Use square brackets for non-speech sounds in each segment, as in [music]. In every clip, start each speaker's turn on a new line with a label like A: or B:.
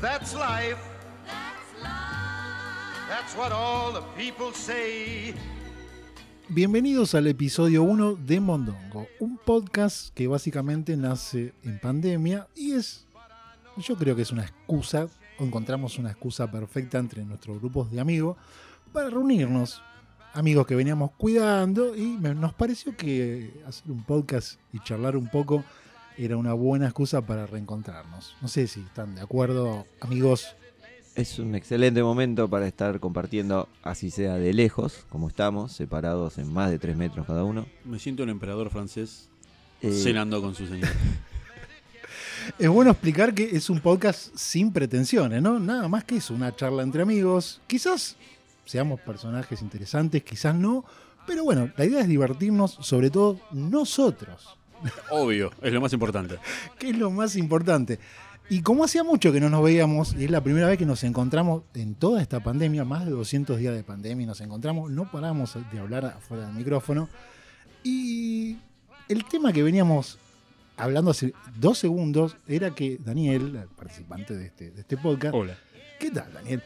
A: That's life.
B: That's life.
A: That's what all the people say.
C: Bienvenidos al episodio 1 de Mondongo, un podcast que básicamente nace en pandemia y es, yo creo que es una excusa, o encontramos una excusa perfecta entre nuestros grupos de amigos para reunirnos, amigos que veníamos cuidando y me- nos pareció que hacer un podcast y charlar un poco era una buena excusa para reencontrarnos. No sé si están de acuerdo, amigos.
D: Es un excelente momento para estar compartiendo, así sea de lejos, como estamos, separados en más de 3 metros cada uno.
E: Me siento el emperador francés
D: Eh,
E: cenando con su
C: [laughs]
E: señor.
C: Es bueno explicar que es un podcast sin pretensiones, ¿no? Nada más que es una charla entre amigos. Quizás seamos personajes interesantes, quizás no. Pero bueno, la idea es divertirnos, sobre todo nosotros,
E: Obvio, es lo más importante.
C: que es lo más importante. Y como hacía mucho que no nos veíamos, y es la primera vez que nos encontramos en toda esta pandemia, más de 200 días de pandemia, y nos encontramos, no paramos de hablar afuera del micrófono. Y el tema que veníamos hablando hace dos segundos era que Daniel, el participante de este, de este podcast,
E: Hola.
C: ¿Qué tal, Daniel?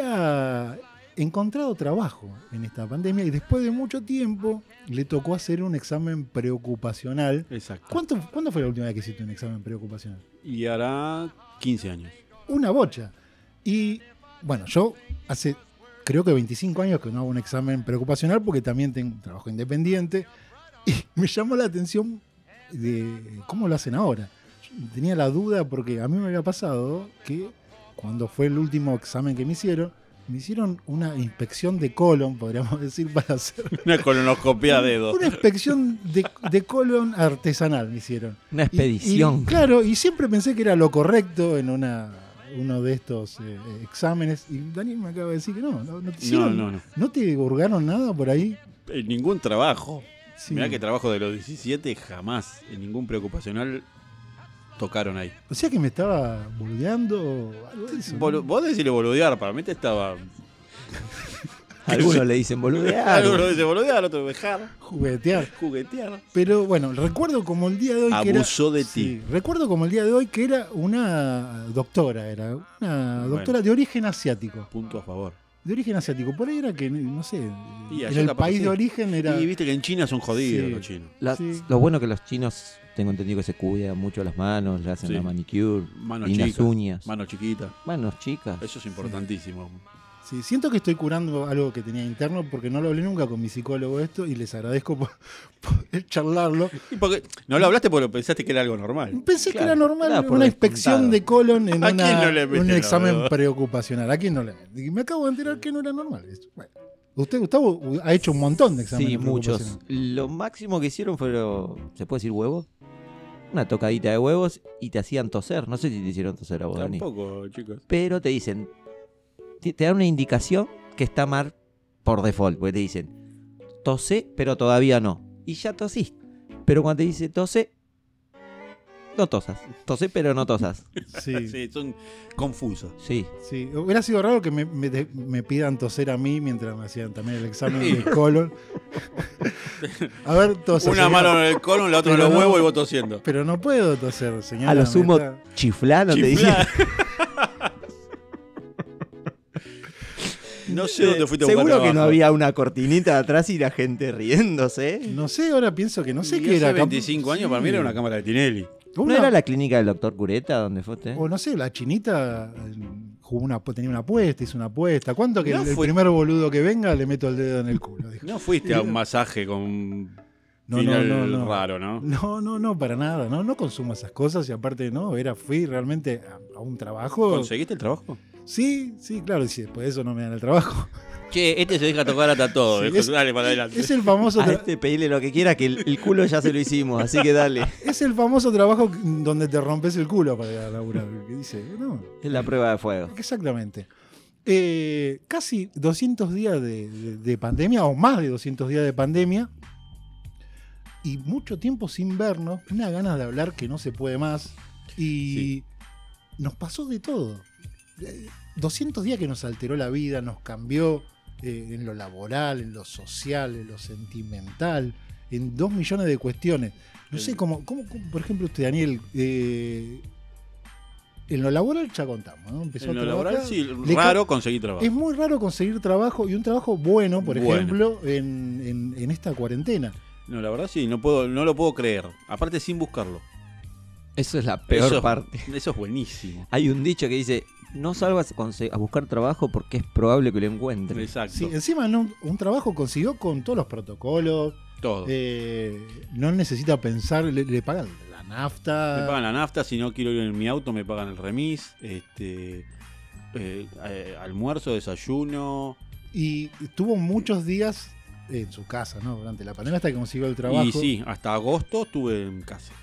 C: Había encontrado trabajo en esta pandemia y después de mucho tiempo le tocó hacer un examen preocupacional.
E: Exacto.
C: ¿Cuánto, ¿Cuándo fue la última vez que hiciste un examen preocupacional?
E: Y hará 15 años. [laughs]
C: Una bocha. Y bueno, yo hace creo que 25 años que no hago un examen preocupacional porque también tengo un trabajo independiente y [laughs] me llamó la atención de cómo lo hacen ahora. Yo Tenía la duda porque a mí me había pasado que cuando fue el último examen que me hicieron, me hicieron una inspección de colon, podríamos [laughs] decir, para hacer
E: Una colonoscopia a dedo.
C: una inspección de, de colon artesanal me hicieron.
D: Una
C: Y- y,
D: expedición.
C: claro, y siempre pensé que era lo correcto en una, uno de estos eh, exámenes. Y Daniel me acaba de decir que no, no, no te
E: No,
C: hicieron-
E: no, no.
C: ¿no te hurgaron nada por ahí.
E: En ningún trabajo.
C: Sí.
E: Mirá que trabajo de los 17 jamás. En ningún preocupacional tocaron ahí.
C: o sea que me estaba boludeando o algo de eso, ¿no?
E: Bolu- vos decirle boludear, para mí te estaba.
D: [laughs] Algunos le dicen
E: [laughs] Algunos
D: boludear.
E: dicen boludear, otro dejar,
C: juguetear.
E: juguetear.
C: Pero bueno, recuerdo como el día de hoy que era.
E: Abusó de
C: Sí,
E: ti.
C: recuerdo como el día de hoy que era una doctora, era una doctora de origen asiático.
E: Punto a favor.
C: De origen asiático, por ahí era que, no sé,
E: Y
C: en
E: allá
C: el
E: capaz que
C: país
E: sí.
C: de origen era...
E: Y viste que en China son jodidos
C: Sí.
E: los chinos.
D: La-
C: sí.
D: Lo bueno que los chinos, tengo entendido que se cuidan mucho las manos, le hacen
E: Sí.
D: la manicure,
E: Mano
D: y las
E: chica,
D: uñas.
E: mano chiquita.
D: Manos chicas.
E: Eso es importantísimo.
C: Sí, siento que estoy curando algo que tenía interno porque no lo hablé nunca con mi psicólogo esto y les agradezco por, [laughs] por charlarlo.
E: Y porque no lo hablaste porque pensaste que era algo normal.
C: Pensé
D: Claro,
C: que era normal
D: nada, por
C: una inspección
D: descontado.
C: de colon en
E: ¿A
C: una-
E: quién no le meten
C: un
E: la
C: examen
E: verdad?
C: preocupacional. ¿A quién no le meten? Y me acabo de enterar que no era normal. eso. Bueno, usted, Gustavo, ha hecho un montón de exámenes
D: Sí, muchos.
C: preocupacionales.
D: Lo máximo que hicieron fue, lo- ¿se puede decir huevo? Una tocadita de huevos y te hacían toser. No sé si te hicieron toser a vos, Dani.
E: Tampoco, chicos.
D: pero te dicen, te, te dan una indicación que está mal por default, porque te dicen, tosé, pero todavía no. Y ya tosís. Pero cuando te dice tosé, no tosas. Tosé, pero no tosas.
C: [laughs] Sí, sí.
E: Sí, son confusos.
D: Sí.
C: Hubiera sido raro que me, me de- me pidan toser a mí mientras me hacían también el examen de
E: [laughs]
C: colon. a ver, toser.
E: Una
C: señora.
E: mano en el colon, la otra en
C: Pero
E: los
C: no.
E: huevos y vos tosiendo.
C: Pero no puedo toser, señora.
D: A lo
C: me
D: sumo,
C: está-
D: chiflano te dicen.
E: Chiflá. No sé dónde fuiste a buscar
D: Seguro que no
E: trabajo.
D: había una cortinita atrás y la gente riéndose.
C: No sé, ahora pienso que no sé
E: Y
C: qué
E: hace
C: era. cap-
E: 25 años para mí era una cámara de Tinelli.
C: O
D: ¿No
C: una-
D: era la clínica del doctor Cureta donde fuiste?
C: O no sé, la chinita eh, jugó una, tenía una apuesta, hizo una apuesta. ¿Cuánto que
E: No
C: el, el
E: fue-
C: primer boludo que venga le meto el dedo en el culo? Dijo.
E: No fuiste a un masaje con
C: No,
E: final
C: no, no, no.
E: raro, ¿no?
C: No, no, no, para nada. No, no consumo esas cosas y aparte no, era, fui realmente a, a un trabajo.
E: ¿Conseguiste el trabajo?
C: Sí, sí, claro, y si después de eso no me dan el trabajo.
E: Che, este se deja tocar hasta todo.
C: Sí,
E: viejo,
C: es-
E: Dale para adelante.
C: Es el
E: [laughs]
C: famoso
D: A
C: tra-
D: este pedile lo que quiera, que el, el culo ya se lo hicimos, así que dale.
C: es el famoso trabajo donde te rompes el culo para ir a laburar. Que dice, no,
D: Es la prueba de fuego.
C: Exactamente. Eh, casi 200 días de, de- de pandemia, o más de 200 días de pandemia, y mucho tiempo sin vernos, una ganas de hablar que no se puede más, y nos pasó de todo. Eh, 200 días que nos alteró la vida, nos cambió eh, en lo laboral, en lo social, en lo sentimental, en dos millones de cuestiones. No
E: El-
C: sé, cómo, cómo- cómo- por ejemplo, usted, Daniel, eh, en lo laboral ya contamos, ¿no? Empezó
E: En
C: a
E: lo laboral,
C: trabajar.
E: sí,
C: Le ca-
E: raro conseguir trabajo.
C: Es muy raro conseguir trabajo y un trabajo bueno, por
E: Bueno.
C: ejemplo, en, en- en esta cuarentena.
E: No, la verdad sí, no puedo, no lo puedo creer. Aparte sin buscarlo.
D: Eso es la peor
E: Eso-
D: parte.
E: Eso es buenísimo.
D: Hay un dicho que dice, no salgas a, conse- a buscar trabajo porque es probable que lo encuentres.
E: Exacto.
C: Sí, encima no- un trabajo consiguió con todos los protocolos,
E: todo.
C: eh, no necesita pensar, le, le pagan la nafta.
E: Me pagan la nafta, si no quiero ir en mi auto, me pagan el remis, este eh, eh, almuerzo, desayuno.
C: Y estuvo muchos días en su casa, ¿no? Durante la pandemia hasta que consiguió el trabajo.
E: Y sí, hasta agosto estuve en casa.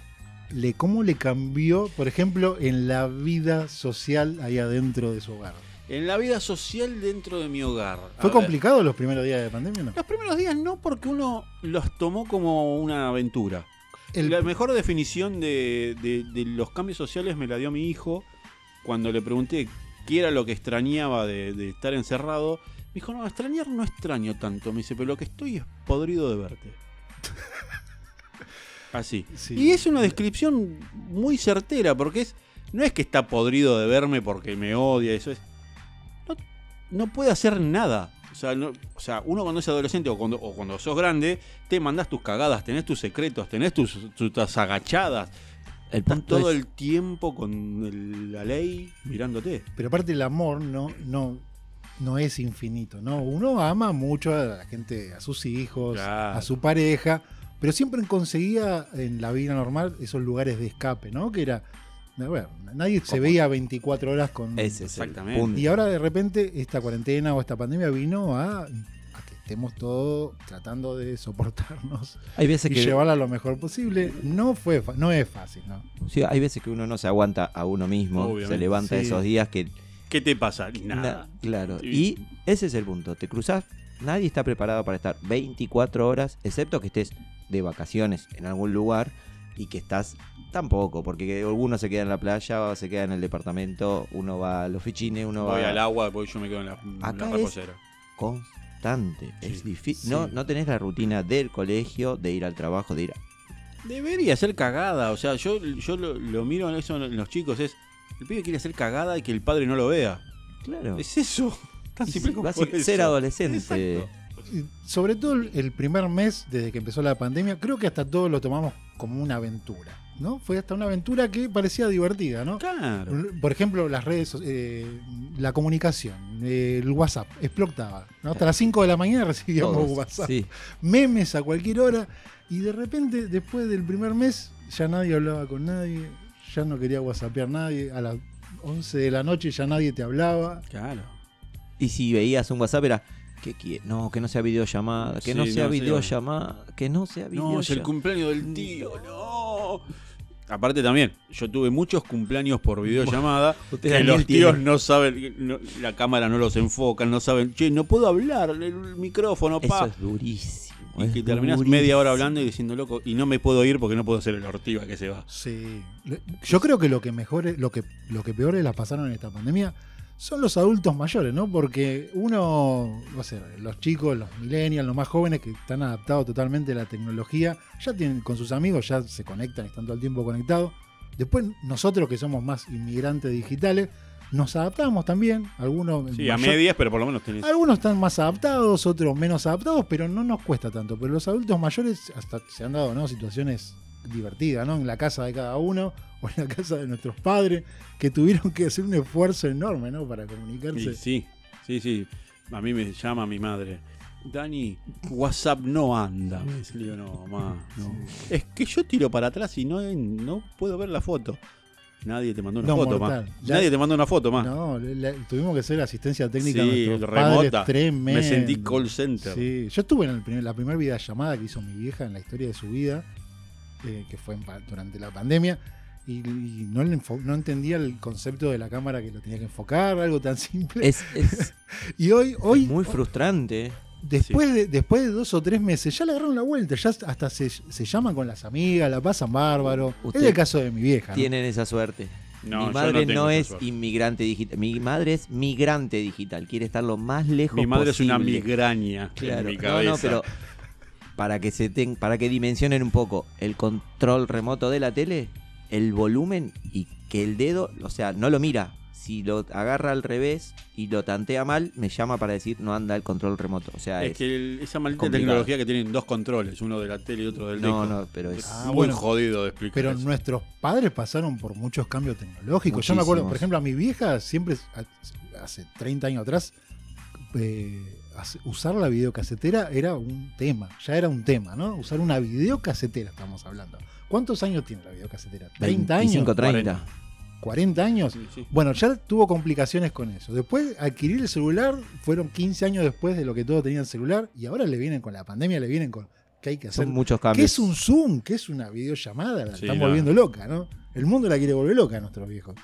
C: Le, ¿Cómo le cambió, por ejemplo, en la vida social ahí adentro de su hogar?
E: En la vida social dentro de mi hogar. A
C: ¿Fue
E: ver,
C: complicado los primeros días de pandemia? No.
E: Los primeros días no, porque uno los tomó como una aventura.
C: El-
E: La mejor definición de, de- de los cambios sociales me la dio mi hijo cuando le pregunté qué era lo que extrañaba de, de estar encerrado. Me dijo, no, extrañar no extraño tanto. Me dice, pero lo que estoy es podrido de verte. Así.
C: Sí.
E: Y es una descripción muy certera, porque es no es que está podrido de verme porque me odia, eso es. No, no puede hacer nada. O sea, no- o sea, uno cuando es adolescente o cuando, o cuando sos grande, te mandás tus cagadas, tenés tus secretos, tenés tus, tus, tus agachadas.
D: El
E: Estás
D: punto
E: todo
D: es-
E: el tiempo con el- la ley mirándote.
C: Pero aparte el amor no, no, no es infinito, ¿no? Uno ama mucho a la gente, a sus hijos,
E: Claro.
C: a su pareja, pero siempre conseguía en la vida normal esos lugares de escape, ¿no? Que era, a ver, nadie se
D: Como-
C: veía 24 horas con...
D: Ese es el
E: Exactamente.
D: punto.
C: Y ahora de repente esta cuarentena o esta pandemia vino a, a que estemos todos tratando de soportarnos
D: Hay veces
C: y
D: que
C: llevarla lo mejor posible. No fue, fa- no es fácil, ¿no?
D: Sí, hay veces que uno no se aguanta a uno mismo,
E: Obviamente,
D: se levanta
C: sí.
D: esos días que...
E: ¿Qué te pasa?
D: na-
E: Nada.
D: claro,
E: Sí.
D: y ese es el punto, te cruzas, nadie está preparado para estar 24 horas, excepto que estés de vacaciones en algún lugar y que estás tampoco, porque uno se queda en la playa, se queda en el departamento, uno va a los fichines, uno
E: Voy
D: va
E: al agua, porque yo me quedo en la, en la
D: Acá es-
E: reposera.
D: constante, es
E: Sí,
D: difícil,
C: sí.
D: no, no tenés la rutina del colegio, de ir al trabajo, de ir a...
E: Debería ser cagada, o sea, yo, yo lo, lo miro en eso en los chicos, es, el pibe quiere hacer cagada y que el padre no lo vea.
D: Claro,
E: Es eso, tan
D: Y
E: simple
D: sí,
E: como
D: básica-
E: eso.
D: ser adolescente.
E: Exacto.
C: Y sobre todo el el primer mes desde que empezó la pandemia, creo que hasta todos lo tomamos como una aventura, ¿no? Fue hasta una aventura que parecía divertida, ¿no?
E: Claro.
C: Por ejemplo, las redes, so- eh, la comunicación, eh, el WhatsApp, explotaba. ¿no? Hasta las 5 de la mañana [laughs] recibíamos
D: Todos,
C: WhatsApp,
D: sí.
C: memes a cualquier hora, y de repente, después del primer mes, ya nadie hablaba con nadie, ya no quería WhatsAppear nadie, a las 11 de la noche ya nadie te hablaba.
E: Claro.
D: Y si veías un WhatsApp era, ¿qué quiere? No, que no sea videollamada, que no
E: Sí,
D: sea
E: no, sí,
D: videollamada, que no sea videollamada.
E: No, es el cumpleaños del tío, no. Aparte también, yo tuve muchos cumpleaños por [laughs] videollamada
D: Usted,
E: que
D: Daniel,
E: los tíos
D: tiene-
E: no saben, no- la cámara no los enfoca, no saben, che, no puedo hablar, el micrófono,
D: Eso
E: pa.
D: es durísimo.
E: y
D: es
E: que terminás
D: durísimo.
E: media hora hablando y diciendo, loco, y no me puedo ir porque no puedo ser el ortiva que se va.
C: Sí. Le- Yo creo que lo que mejor, es- lo que, lo que peores las pasaron en esta pandemia son los adultos mayores, ¿no? Porque uno, no sé, los chicos, los millennials, los más jóvenes que están adaptados totalmente a la tecnología, ya tienen con sus amigos, ya se conectan, están todo el tiempo conectados. Después nosotros que somos más inmigrantes digitales, nos adaptamos también, algunos
E: Sí, a
C: mayor-
E: medias, pero por lo menos tenés.
C: algunos están más adaptados, otros menos adaptados, pero no nos cuesta tanto. Pero los adultos mayores hasta se han dado ¿no? situaciones divertidas, ¿no? En la casa de cada uno o en la casa de nuestros padres, que tuvieron que hacer un esfuerzo enorme, ¿no? Para comunicarse.
E: Y sí, sí, sí. A mí me llama mi madre. Dani, WhatsApp no anda. Me dice, Le digo, no, mamá, no. Es que yo tiro para atrás y no, no puedo ver la foto. Nadie te mandó una
C: No,
E: foto,
C: mortal.
E: más.
C: Ya-
E: Nadie te mandó una foto, más.
C: No, le- le- tuvimos que hacer asistencia técnica
E: Ah. Sí,
C: a nuestros
E: remota.
C: padres tremendo.
E: me sentí call center.
C: Sí, yo estuve en el primer- la primera videollamada que hizo mi vieja en la historia de su vida, eh, que fue en pa- durante la pandemia, y, y no, le enfo- no entendía el concepto de la cámara que lo tenía que enfocar, algo tan simple.
D: Es,
C: [laughs]
D: es
C: y hoy, hoy Ah,
D: muy frustrante.
C: después, de, después de dos o tres meses, ya le agarraron la vuelta, ya hasta se, se llaman con las amigas, la pasan bárbaro.
D: Usted
C: es el caso de mi vieja. ¿no?
D: Tienen esa suerte.
E: No,
D: mi
E: yo
D: madre no,
E: tengo esa
D: es
E: suerte.
D: inmigrante digital. Mi madre es migrante digital. Quiere estar lo más lejos
E: Mi madre es una
D: posible.
E: migraña en
D: Claro.
E: mi
D: No,
E: cabeza.
D: no, pero para que se ten- para que dimensionen un poco el control remoto de la tele, el volumen y que el dedo, o sea, no lo mira. Si lo agarra al revés y lo tantea mal, me llama para decir no anda el control remoto. O sea,
E: Es
D: es-
E: que el- esa maldita
D: complicado.
E: tecnología que tienen dos controles, uno de la tele y otro del
D: no,
E: disco.
D: no, pero es.
C: Ah,
E: Muy
C: bueno.
E: jodido de explicar.
C: Pero
E: eso.
C: nuestros padres pasaron por muchos cambios tecnológicos. Yo me acuerdo, por
D: Muchísimos.
C: ejemplo, a mi vieja siempre, a- hace 30 años atrás, eh, hace- usar la videocasetera era un tema, ya era un tema, ¿no? Usar una videocasetera, estamos hablando. ¿Cuántos años tiene la videocasetera? ¿30
D: 25,
C: años?
D: 30.
C: ¿40 años?
E: Sí, sí.
C: Bueno, ya tuvo complicaciones con eso. Después adquirir el celular, fueron 15 años después de lo que todos tenían celular, y ahora le vienen con la pandemia, le vienen con que hay que hacer
D: Son muchos
C: ¿Qué
D: cambios.
C: es un Zoom? ¿Qué es una videollamada? La
E: Sí,
C: están
E: no.
C: volviendo loca, ¿no? El mundo la quiere volver loca a nuestros viejos.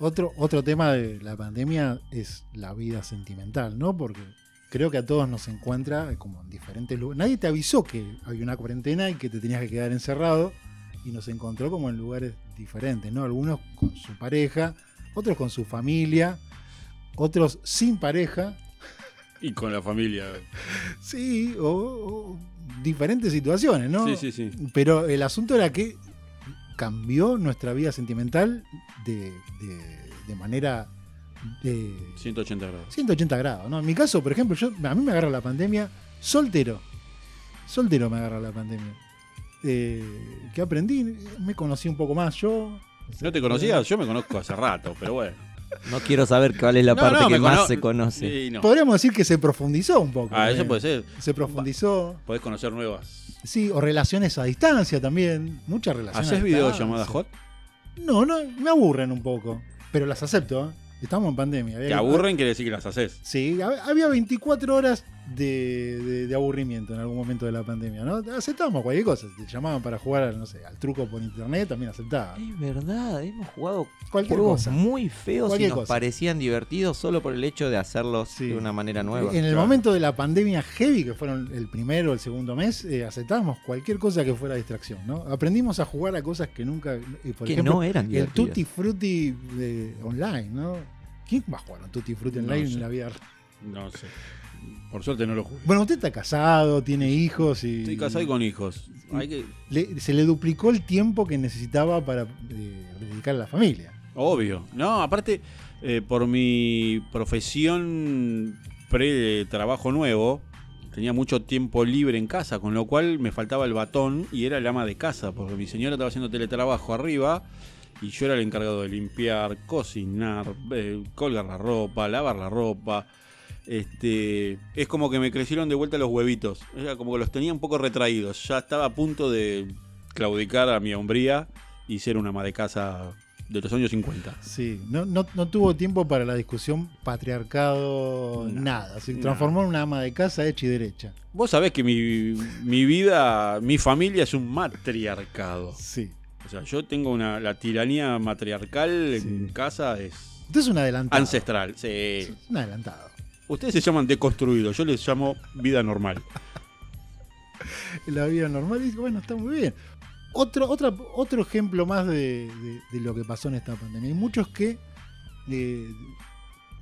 C: Otro, otro tema de la pandemia es la vida sentimental, ¿no? Porque creo que a todos nos encuentra como en diferentes lugares. Nadie te avisó que había una cuarentena y que te tenías que quedar encerrado y nos encontró como en lugares diferentes, ¿no? Algunos con su pareja, otros con su familia, otros sin pareja.
E: Y con la familia.
C: Sí, o, o diferentes situaciones, ¿no?
E: Sí, sí, sí.
C: Pero el asunto era que cambió nuestra vida sentimental de, de- de manera de
E: 180 grados.
C: 180 grados. ¿no? En mi caso, por ejemplo, yo, a mí me agarra la pandemia soltero. Soltero me agarra la pandemia. Eh, que aprendí, me conocí un poco más yo.
E: ¿No te conocías? Yo me conozco hace rato, pero bueno.
D: No quiero saber cuál es la
E: No,
D: parte
E: no,
D: que
E: me
D: más
E: cono-
D: se conoce.
E: Sí, no.
C: Podríamos decir que se profundizó un poco.
E: Ah, eso
C: también.
E: puede ser.
C: Se profundizó.
E: Podés conocer nuevas.
C: Sí, o relaciones a distancia también. Muchas relaciones.
E: ¿Haces
C: a
E: videollamadas
C: distancia.
E: hot?
C: No, no, me aburren un poco. Pero las acepto, ¿eh? Estamos en pandemia. había
E: Te
C: que-
E: aburren, quiere decir que las haces.
C: Sí, hab- había 24 horas de, de- de aburrimiento en algún momento de la pandemia, ¿no? Aceptábamos cualquier cosa. Te llamaban para jugar, no sé, al truco por internet, también aceptaba.
D: Es verdad, hemos jugado
C: Cualquier
D: juegos
C: cosa.
D: muy feos
C: Cualquier
D: y nos
C: cosa.
D: parecían divertidos solo por el hecho de hacerlos
C: Sí.
D: de una manera nueva.
C: en el
E: claro.
C: momento de la pandemia heavy, que fueron el primero o el segundo mes, eh, aceptábamos cualquier cosa que fuera distracción, ¿no? Aprendimos a jugar a cosas que nunca. eh, por
D: que
C: ejemplo,
D: no eran
C: el
D: divertidos.
C: Tutti Frutti de- online, ¿no? ¿Quién va a jugar a un Tutti Frutti
E: No
C: online
E: sé.
C: en la vida real?
E: No sé. Por suerte no lo jugué.
C: Bueno, usted está casado, tiene hijos y.
E: Estoy casado y con hijos. Hay que...
C: Le- se le duplicó el tiempo que necesitaba para eh, dedicar a la familia.
E: Obvio. No, aparte, eh, por mi profesión pre-trabajo nuevo, tenía mucho tiempo libre en casa, con lo cual me faltaba el batón y era el ama de casa, porque mi señora estaba haciendo teletrabajo arriba y yo era el encargado de limpiar, cocinar, eh, colgar la ropa, lavar la ropa. Este, es como que me crecieron de vuelta los huevitos. Era como que los tenía un poco retraídos. Ya estaba a punto de claudicar a mi hombría y ser una ama de casa de los años 50.
C: Sí, no, no, no tuvo tiempo para la discusión patriarcado,
E: No,
C: nada. Se
E: no.
C: transformó en una ama de casa hecha y derecha.
E: Vos sabés que mi, mi vida, mi familia es un matriarcado.
C: Sí.
E: O sea, yo tengo una, la tiranía matriarcal en
C: Sí.
E: casa es
C: Usted es un adelantado.
E: ancestral. Sí.
C: Es Un adelantado.
E: Ustedes se llaman deconstruidos, yo les llamo vida normal.
C: La vida normal dice, bueno, está muy bien. Otro, otra, otro ejemplo más de, de- de lo que pasó en esta pandemia. Hay muchos que, eh,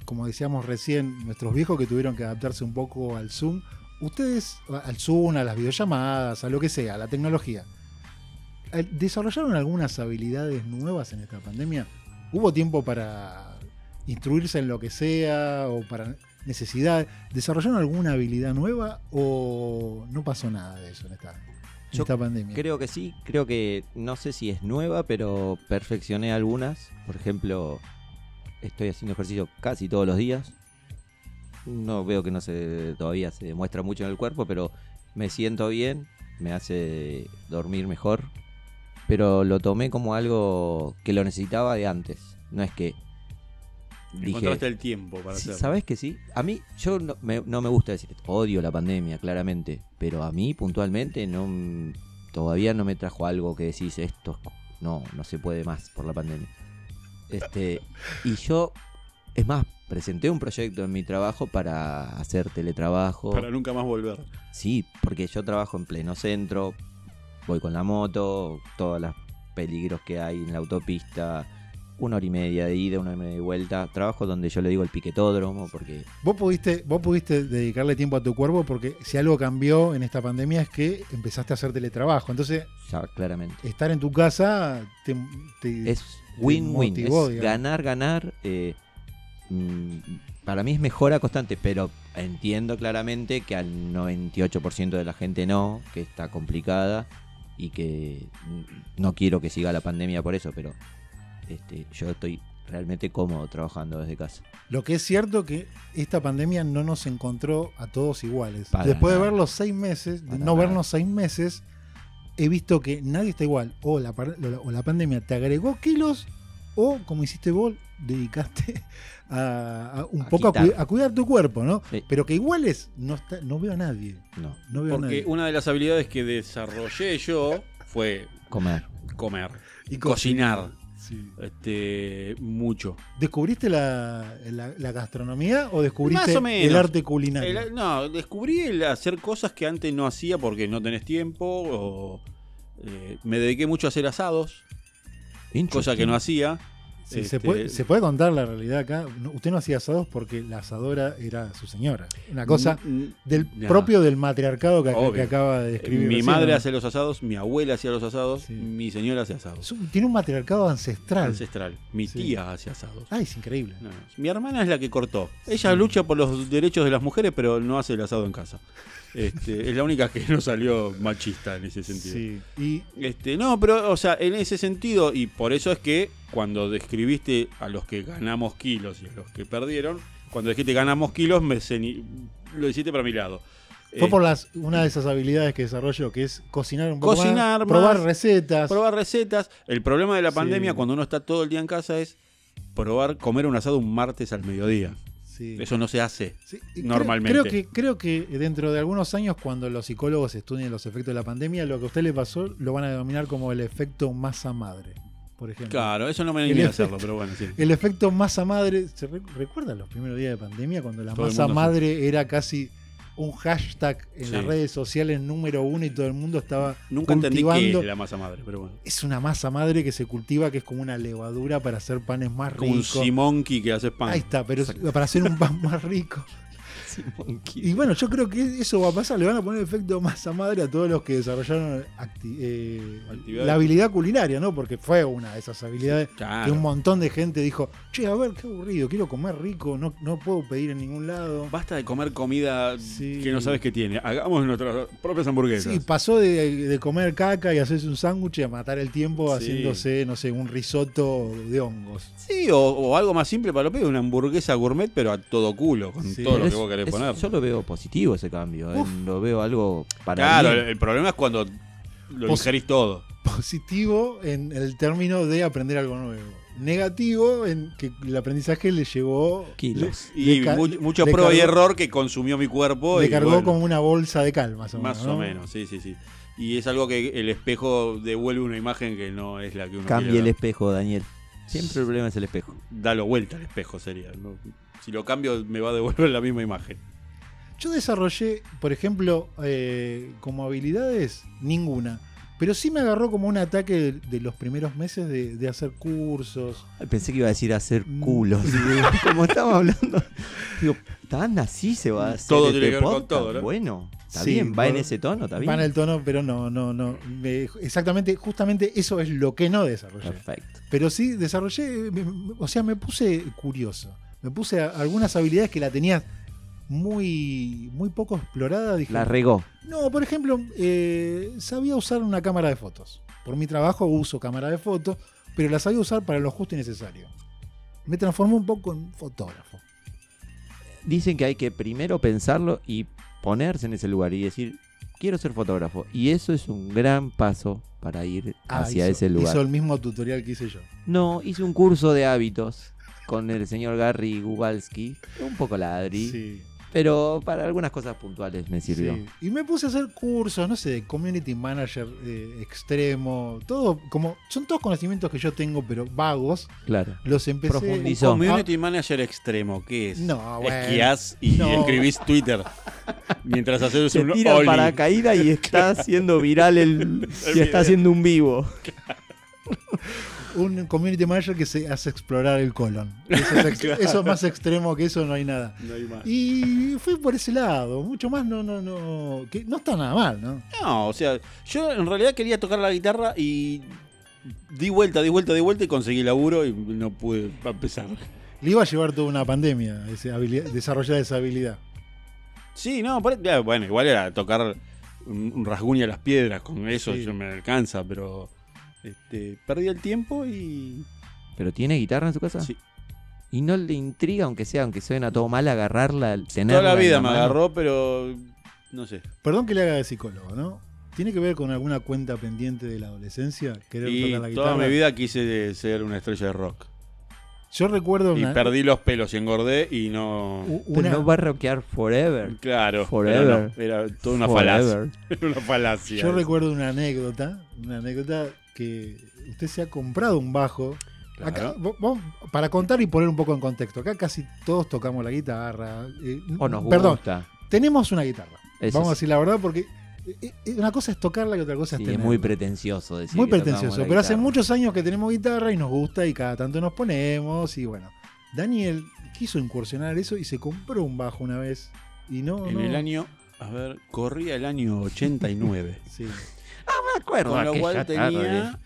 C: como decíamos recién, nuestros viejos que tuvieron que adaptarse un poco al Zoom, ustedes, a- al Zoom, a las videollamadas, a lo que sea, a la tecnología, eh, ¿desarrollaron algunas habilidades nuevas en esta pandemia? ¿Hubo tiempo para instruirse en lo que sea o para necesidad? ¿Desarrollaron alguna habilidad nueva o no pasó nada de eso en esta, en
D: Yo
C: esta pandemia?
D: Creo que sí, creo que no sé si es nueva, pero perfeccioné algunas. Por ejemplo, estoy haciendo ejercicio casi todos los días. No veo que no se todavía se demuestra mucho en el cuerpo, pero me siento bien, me hace dormir mejor. Pero lo tomé como algo que lo necesitaba de antes. No es que dije,
E: Encontraste el tiempo para
D: Sí,
E: hacerlo.
D: ¿Sabes que sí? A mí, yo no me, no me gusta decir, odio la pandemia, claramente, pero a mí puntualmente no m- todavía no me trajo algo que decís, esto es c- no, no se puede más por la pandemia. Este, y yo, es más, presenté un proyecto en mi trabajo para hacer teletrabajo.
E: Para nunca más volver.
D: Sí, porque yo trabajo en pleno centro, voy con la moto, todos los peligros que hay en la autopista, una hora y media de ida, una hora y media de vuelta. Trabajo donde yo le digo el piquetódromo porque
C: Vos pudiste, vos pudiste dedicarle tiempo a tu cuerpo porque si algo cambió en esta pandemia es que empezaste a hacer teletrabajo. Entonces,
D: ya claramente.
C: estar en tu casa te, te-
D: Es win-win, es
C: motivó, digamos.
D: ganar, ganar. eh, mm, para mí es mejora constante, pero entiendo claramente que al 98% de la gente no, que está complicada y que mm, no quiero que siga la pandemia por eso, pero este, yo estoy realmente cómodo trabajando desde casa.
C: Lo que es cierto que esta pandemia no nos encontró a todos iguales.
D: Para
C: Después de
D: nada.
C: ver los seis meses, de
D: Para
C: no
D: nada.
C: vernos seis meses, he visto que nadie está igual. O la, par- o la- o la pandemia te agregó kilos, o como hiciste vos, dedicaste [laughs] a, a un
D: A
C: poco a,
D: quitar.
C: cui- a cuidar tu cuerpo, ¿no?
D: Sí.
C: Pero que iguales no está, no veo a nadie.
D: No,
C: No veo a nadie.
E: Porque una de las habilidades que desarrollé yo fue
D: comer.
E: comer,
C: Y
E: cocinar,
C: Sí.
E: este, mucho.
C: ¿Descubriste la, la- la gastronomía o descubriste
E: Más o menos.
C: el arte culinario? Eh,
E: El- no, descubrí el hacer cosas que antes no hacía porque no tenés tiempo. O, eh, me dediqué mucho a hacer asados, cosa que
D: [laughs]
E: no hacía.
C: Sí,
E: Este,
C: se, puede, se puede contar la realidad acá. No, usted no hacía asados porque la asadora era su señora. Una cosa
E: Mm, mm,
C: del
E: nah.
C: propio del matriarcado que, que
E: Obvio.
C: acaba de describir.
E: Eh, Mi
C: recién,
E: madre
C: ¿no?
E: hace los asados, mi abuela hacía los asados,
C: Sí.
E: mi señora hace asados.
C: Es un- Tiene un matriarcado ancestral.
E: Ancestral. Mi
C: Sí.
E: tía hace asados.
C: Ah, es increíble.
E: No, no. Mi hermana es la que cortó. Ella lucha por los derechos de las mujeres, pero no hace el asado en casa. Este, es la única que no salió machista en ese sentido.
C: Sí. Y
E: Este, no, pero, o sea, en ese sentido, y por eso es que cuando describiste a los que ganamos kilos y a los que perdieron, cuando dijiste ganamos kilos, me ceni- lo hiciste para mi lado.
C: fue
E: Eh,
C: por las, una de esas habilidades que desarrollo, que es cocinar un poco
E: Cocinar
C: más,
E: más,
C: probar recetas.
E: probar recetas. El problema de la
C: Sí.
E: pandemia cuando uno está todo el día en casa es probar comer un asado un martes al mediodía.
C: Sí.
E: Eso no se hace.
C: Sí, y
E: Normalmente.
C: Creo, creo que, creo que dentro de algunos años, cuando los psicólogos estudien los efectos de la pandemia, lo que a usted le pasó lo van a denominar como el efecto masa madre, por ejemplo.
E: Claro, eso [laughs] no me
C: El
E: animé a
C: efecto.
E: hacerlo, pero bueno, sí.
C: El efecto masa madre. ¿se re- ¿Recuerdan los primeros días de pandemia cuando la
E: Todo el
C: masa
E: mundo
C: madre era casi un hashtag en
E: Sí.
C: las redes sociales número uno y todo el mundo estaba
E: Nunca entendí qué
C: cultivando?
E: es la masa madre, pero bueno.
C: Es una masa madre que se cultiva, que es como una levadura para hacer panes más
E: Como un
C: ricos.
E: simonki que hace pan.
C: Ahí está, pero es para hacer un pan [laughs] más rico. Y bueno, yo creo que eso va a pasar. Le van a poner efecto masa madre a todos los que desarrollaron acti- eh,
E: Actividades.
C: la habilidad culinaria, ¿no? Porque fue una de esas habilidades que
E: Claro.
C: un montón de gente dijo, che, a ver, qué aburrido, quiero comer rico, no, no puedo pedir en ningún lado.
E: Basta de comer comida
C: Sí.
E: que no sabes qué tiene. Hagamos nuestras propias hamburguesas.
C: Sí, pasó de, de comer caca y hacerse un sándwich y a matar el tiempo
E: Sí.
C: haciéndose, no sé, un risotto de hongos.
E: Sí, o, o algo más simple para los pibes, una hamburguesa gourmet, pero a todo culo, con
C: Sí.
E: todo
D: Pero
E: lo que
D: es-
E: vos querés
D: es-
E: poner.
D: Yo lo veo positivo ese cambio. eh,
C: Uf.
D: Lo veo algo para
E: Claro,
D: bien.
E: el, el problema es cuando lo
C: Vos-
E: ingerís todo.
C: Positivo en el término de aprender algo nuevo. Negativo en que el aprendizaje le llevó...
D: Kilos.
C: le-
E: Y
C: le ca-
E: mu- mucho
C: le
E: prueba y
C: cargó-
E: error que consumió mi cuerpo.
C: Le
E: y
C: cargó
E: bueno,
C: como una bolsa de cal, más o menos.
E: Más o
C: ¿no?
E: menos, sí, sí, sí. Y es algo que el espejo devuelve una imagen que no es la que uno
D: Cambie
E: quiere
D: el
E: ver.
D: espejo, Daniel. Siempre el problema es el espejo.
E: Dalo vuelta al espejo sería. ¿no? Si lo cambio me va a devolver la misma imagen.
C: Yo desarrollé, por ejemplo, eh, como habilidades, ninguna. Pero sí me agarró como un ataque de, de los primeros meses de, de hacer cursos.
D: Ay, Pensé que iba a decir hacer
C: Mm. [laughs]
D: culos. Como estamos hablando. Digo, tan así se va a hacer.
E: Todo
D: este
E: tiene que ver con
D: podcast?
E: todo, ¿no?
D: Bueno, está
C: Sí,
D: bien, va en
C: por-
D: ese tono, está
C: Va en
D: bien.
C: el tono, pero no, no, no. Me- exactamente, justamente eso es lo que no desarrollé.
D: Perfecto.
C: Pero sí desarrollé, eh, me- me- o sea, me puse curioso. Me puse a- algunas habilidades que la tenías muy, muy poco explorada. Dije,
D: La regó.
C: No, por ejemplo, eh, sabía usar una cámara de fotos. Por mi trabajo uso cámara de fotos, pero la sabía usar para lo justo y necesario. Me transformé un poco en fotógrafo.
D: Dicen que hay que primero pensarlo y ponerse en ese lugar y decir, quiero ser fotógrafo. Y eso es un gran paso para ir
C: Ah,
D: hacia
C: hizo-
D: ese lugar.
C: Hizo el mismo tutorial que hice yo.
D: No, hice un curso de hábitos con el señor Gary Gubalski. Un poco ladri,
C: Sí,
D: pero para algunas cosas puntuales me sirvió.
C: sí. Y me puse a hacer cursos, no sé, de community manager eh, extremo, todo como son todos conocimientos que yo tengo, pero vagos.
D: Claro.
C: Los empecé.
D: Profundizó. Hizo.
E: Community manager extremo, ¿qué es?
C: No, bueno.
E: Esquiás y
C: No.
E: escribís Twitter. mientras haces
D: Se
E: un
D: tira
E: ollie.
D: para caída
E: [laughs]
D: y está haciendo viral el. y
E: video.
D: está haciendo un vivo.
C: un community manager que se hace explorar el colon. Eso es, ex-
E: [laughs] Claro.
C: eso es más extremo que eso, no hay nada.
E: No hay más.
C: Y fue por ese lado, mucho más no, no, no, que no está nada mal, ¿no?
E: No, o sea, yo en realidad quería tocar la guitarra y di vuelta, di vuelta, di vuelta y conseguí laburo y no pude empezar.
C: Le iba a llevar toda una pandemia esa habilidad- desarrollar esa habilidad.
E: Sí, no, por- ya, bueno, igual era tocar un, un rasguño a las piedras, con eso
C: Sí.
E: yo me alcanza, pero este, perdí el tiempo y...
D: ¿Pero tiene guitarra en su casa?
E: Sí.
D: ¿Y no le intriga, aunque sea, aunque suena todo mal, agarrarla, tenerla?
E: Toda la
D: en
E: vida me
D: mano?
E: agarró, pero no sé.
C: Perdón que le haga de psicólogo, ¿no? ¿Tiene que ver con alguna cuenta pendiente de la adolescencia? Querer
E: Y
C: tocar la guitarra.
E: toda mi vida quise ser una estrella de rock.
C: Yo recuerdo
E: Y
C: una,
E: perdí los pelos y engordé y no...
C: u-
D: Pero
C: una-
D: no va a rockear forever.
E: Claro,
D: Uh. Forever.
E: pero no, era toda una falacia.
D: Forever.
E: [laughs] Era una falacia.
C: yo recuerdo una anécdota, una anécdota que usted se ha comprado un bajo.
E: Claro.
C: Acá, vo- vos, para contar y poner un poco en contexto, acá casi todos tocamos la guitarra. eh,
D: O nos
C: perdón,
D: gusta.
C: tenemos una guitarra.
D: Eso
C: Vamos a
D: sí.
C: decir la verdad porque eh, eh, una cosa es tocarla y otra cosa
D: Sí,
C: es
D: es
C: tenerla.
D: muy pretencioso decir
C: Muy
D: que tocamos
C: pretencioso,
D: la
C: pero hace
D: guitarra.
C: muchos años que tenemos guitarra y nos gusta y cada tanto nos ponemos y bueno. Daniel quiso incursionar eso y se compró un bajo una vez y no...
E: En
C: no-
E: el año, a ver, corría el año
D: [laughs]
E: 89.
C: Sí.
D: Me acuerdo
E: Con lo
D: aquella
E: cual
D: Ah, tarde.
E: tenía.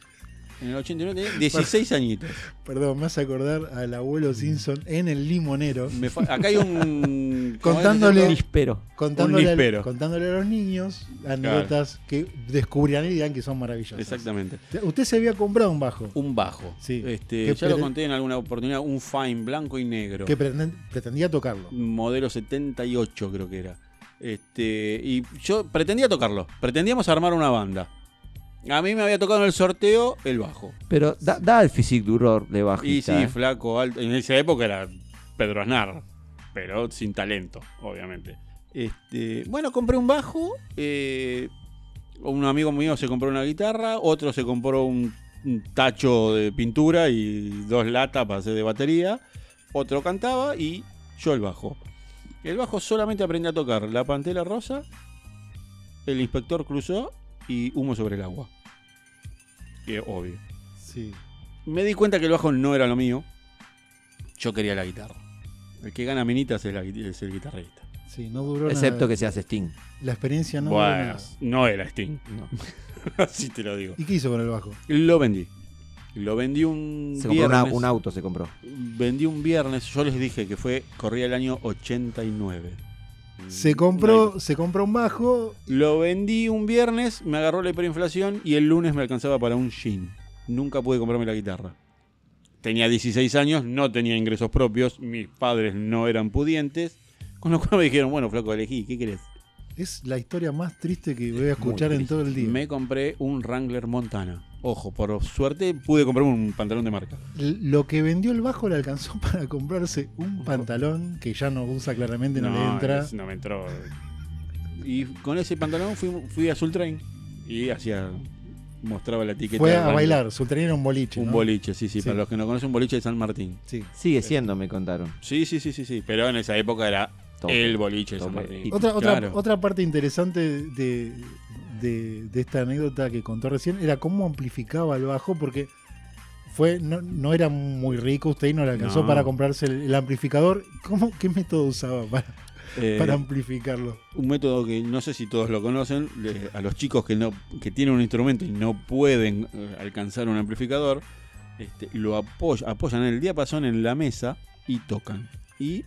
E: En el 89 tenía 16 añitos.
C: Perdón, me hace acordar al abuelo Simpson en el limonero
E: Me fa- acá
C: [laughs]
E: hay un. ¿cómo es?
C: Contándole-
D: Lispero.
C: contándole, al-
E: lispero.
C: contándole a los niños anécdotas que descubrirán y dirán que son maravillosas.
E: Exactamente.
C: Usted se había comprado un bajo
E: Un bajo.
C: Sí.
E: Este,
C: Que
E: ya lo
C: prete-
E: conté en alguna oportunidad. Un fine blanco y negro.
C: que pretenden- pretendía tocarlo.
E: Modelo 78, creo que era. Este, y yo pretendía tocarlo. Pretendíamos armar una banda. A mí me había tocado en el sorteo el bajo.
D: Pero da, da el physique duror de
E: Y sí,
D: bajista. ¿eh?
E: flaco, alto. En esa época era Pedro Aznar, pero sin talento, obviamente. Este, bueno, compré un bajo. eh, un amigo mío se compró una guitarra. Otro se compró un, un tacho de pintura y dos latas para hacer de batería. Otro cantaba y yo el bajo. El bajo solamente aprendí a tocar La Pantera Rosa, El Inspector Cruzó y Humo sobre el Agua. Que obvio
C: Sí.
E: me di cuenta que el bajo no era lo mío. Yo quería la guitarra. El que gana minitas es, la guit- es el guitarrista.
C: Sí, no duró
D: Excepto
C: nada.
D: que se hace Sting.
C: La experiencia Ah, no duró
E: bueno,
C: nada.
E: no era Sting.
D: No.
E: [laughs] Así te lo digo.
C: ¿Y qué hizo con el bajo?
E: Lo vendí. Lo vendí un
D: Se compró
E: viernes.
D: una- un auto, se compró.
E: Vendí un viernes. Yo les dije que fue corría el año 89.
C: Se compró, se compró un bajo.
E: Lo vendí un viernes, me agarró la hiperinflación y el lunes me alcanzaba para un jean. Nunca pude comprarme la guitarra. Tenía 16 años, no tenía ingresos propios, mis padres no eran pudientes, con lo cual me dijeron, bueno, flaco, elegí, ¿qué querés?
C: Es la historia más triste que voy a escuchar
D: Muy
C: en todo el día.
E: Me compré un Wrangler Montana. Ojo, por suerte pude comprarme un pantalón de marca.
C: L- Lo que vendió el bajo le alcanzó [laughs] para comprarse un pantalón que ya no usa claramente, no, le entra.
E: es- no me entró. Y con ese pantalón fui, fui a Soul Train y hacía mostraba la etiqueta.
C: Fue
E: de
C: a
E: Wrangler.
C: bailar, Sultanía era un boliche.
E: Un
C: ¿no?
E: boliche, sí, sí,
C: Sí.
E: para los que no conocen, un boliche de San Martín.
C: Sí.
D: Sigue siendo, me contaron.
E: Sí, sí, sí, sí, sí. Pero en esa época era
D: Tope.
E: el boliche de San
D: Tope.
E: Martín.
D: Y-
C: Otra, otra,
E: Claro.
C: otra parte interesante de, de- de esta anécdota que contó recién era cómo amplificaba el bajo, porque fue no, no era muy rico usted y no le alcanzó
E: No.
C: para comprarse el, el amplificador. ¿Cómo, ¿Qué método usaba para,
E: Eh,
C: para amplificarlo?
E: Un método que no sé si todos lo conocen. le- a los chicos que no que tienen un instrumento y no pueden eh, alcanzar un amplificador, este, lo apoy- apoyan en el diapasón en la mesa y tocan. Y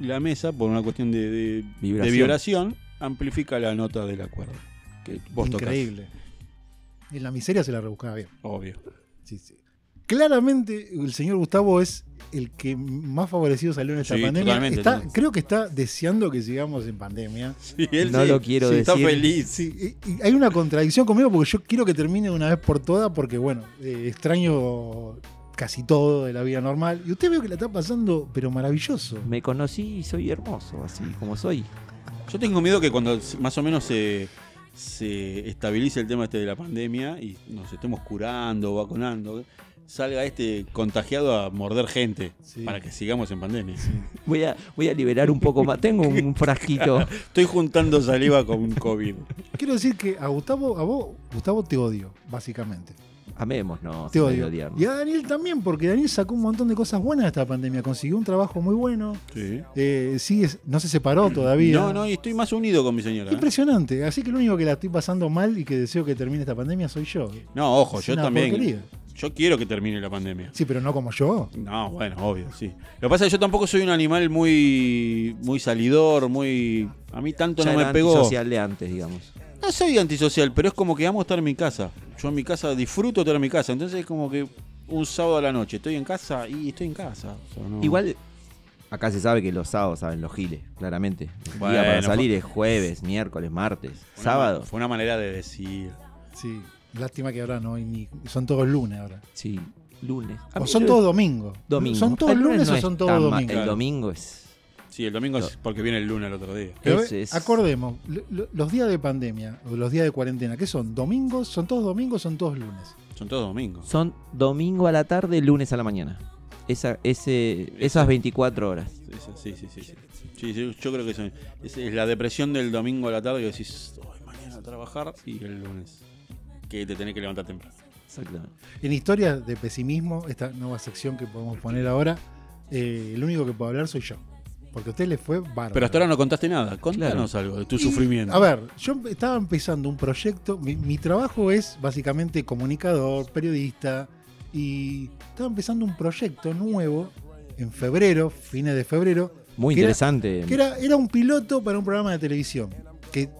E: la mesa, por una cuestión de, de- de vibración.
D: Vibración.
E: amplifica la nota de la cuerda. Que vos tocas.
C: Increíble. En la miseria se la rebuscaba bien.
E: Obvio. [laughs]
C: Sí, sí. Claramente el señor Gustavo es el que más favorecido salió en esta
E: Sí,
C: pandemia.
E: totalmente,
C: Está-
E: totalmente.
C: creo que está deseando que sigamos en pandemia.
E: Sí, él
D: No
E: sí,
D: lo quiero
E: sí, Está
D: decir.
E: feliz.
C: Sí, y- y hay una contradicción conmigo porque yo quiero que termine de una vez por todas porque, bueno, eh, extraño casi todo de la vida normal. Y usted veo que la está pasando, pero maravilloso.
D: Me conocí y soy hermoso, así como soy.
E: Yo tengo miedo que cuando s- más o menos se, se estabilice el tema este de la pandemia y nos estemos curando, vacunando, salga este contagiado a morder gente
C: Sí.
E: para que sigamos en pandemia.
D: Voy a, voy a liberar un poco más. Tengo un
E: [laughs]
D: frasquito.
E: Estoy juntando saliva con COVID.
C: Quiero decir que a Gustavo, a vos, Gustavo te odio, básicamente.
D: Amémonos.
C: Te
D: en vez de
C: odio.
D: odiarnos.
C: Y a Daniel también, porque Daniel sacó un montón de cosas buenas de esta pandemia. Consiguió un trabajo muy bueno.
E: Sí.
C: eh, sigue, no se separó todavía.
E: No, no, y estoy más unido con mi señora. ¿eh?
C: Impresionante. Así que lo único que la estoy pasando mal y que deseo que termine esta pandemia soy yo.
E: No, ojo,
C: Es
E: yo
C: una
E: también.
C: porquería.
E: Yo quiero que termine la pandemia.
C: Sí, pero no como yo.
E: No, bueno, obvio, sí. Lo que pasa es que yo tampoco soy un animal muy muy salidor, muy... A mí tanto
D: Ya
E: no
D: era
E: me pegó.
D: antisocial de antes, digamos.
E: No soy antisocial, pero es como que amo estar en mi casa. Yo en mi casa disfruto estar en mi casa. Entonces es como que un sábado a la noche estoy en casa y estoy en casa. O sea, no-
D: Igual, acá se sabe que los sábados saben los giles, claramente. El
E: Bueno,
D: día para
E: fue-
D: salir es jueves, miércoles, martes,
E: Fue una-
D: sábado.
E: Fue una manera de decir.
C: Sí. Lástima que ahora no hay ni. Son todos lunes ahora.
D: Sí, lunes. A
C: O
D: mí
C: son
D: yo-
C: todos domingos.
D: domingo.
C: ¿Son todos
D: El lunes
C: lunes
D: no
C: o
D: es
C: son
D: tan
C: todos
D: ma-
C: domingos?
D: El domingo es.
E: Sí, el domingo es porque viene el lunes el otro día.
C: Pero,
D: Ese es-
C: Acordemos, lo- lo- los días de pandemia o los días de cuarentena, ¿qué son? ¿Domingos? ¿Son todos domingos? ¿Son todos lunes?
E: Son todos domingos.
D: Son domingo a la tarde, lunes a la mañana. Esa, ese, esas 24 horas.
E: Esa- Sí, sí, sí. sí. Sí, sí, yo creo que son- esa es la depresión del domingo a la tarde que decís, "Ay, mañana a trabajar y el lunes. Que te tenés que levantar temprano.
D: Exactamente.
C: En historias de pesimismo, esta nueva sección que podemos poner ahora, eh, el único que puedo hablar soy yo. Porque a usted le fue bárbaro.
E: Pero hasta ahora no contaste nada. Contanos algo de tu
C: Y,
E: sufrimiento.
C: A ver, yo estaba empezando un proyecto. Mi, mi trabajo es básicamente comunicador, periodista. Y estaba empezando un proyecto nuevo en febrero, fines de febrero.
D: Muy
C: que era-
D: interesante.
C: que era, era un piloto para un programa de televisión. Que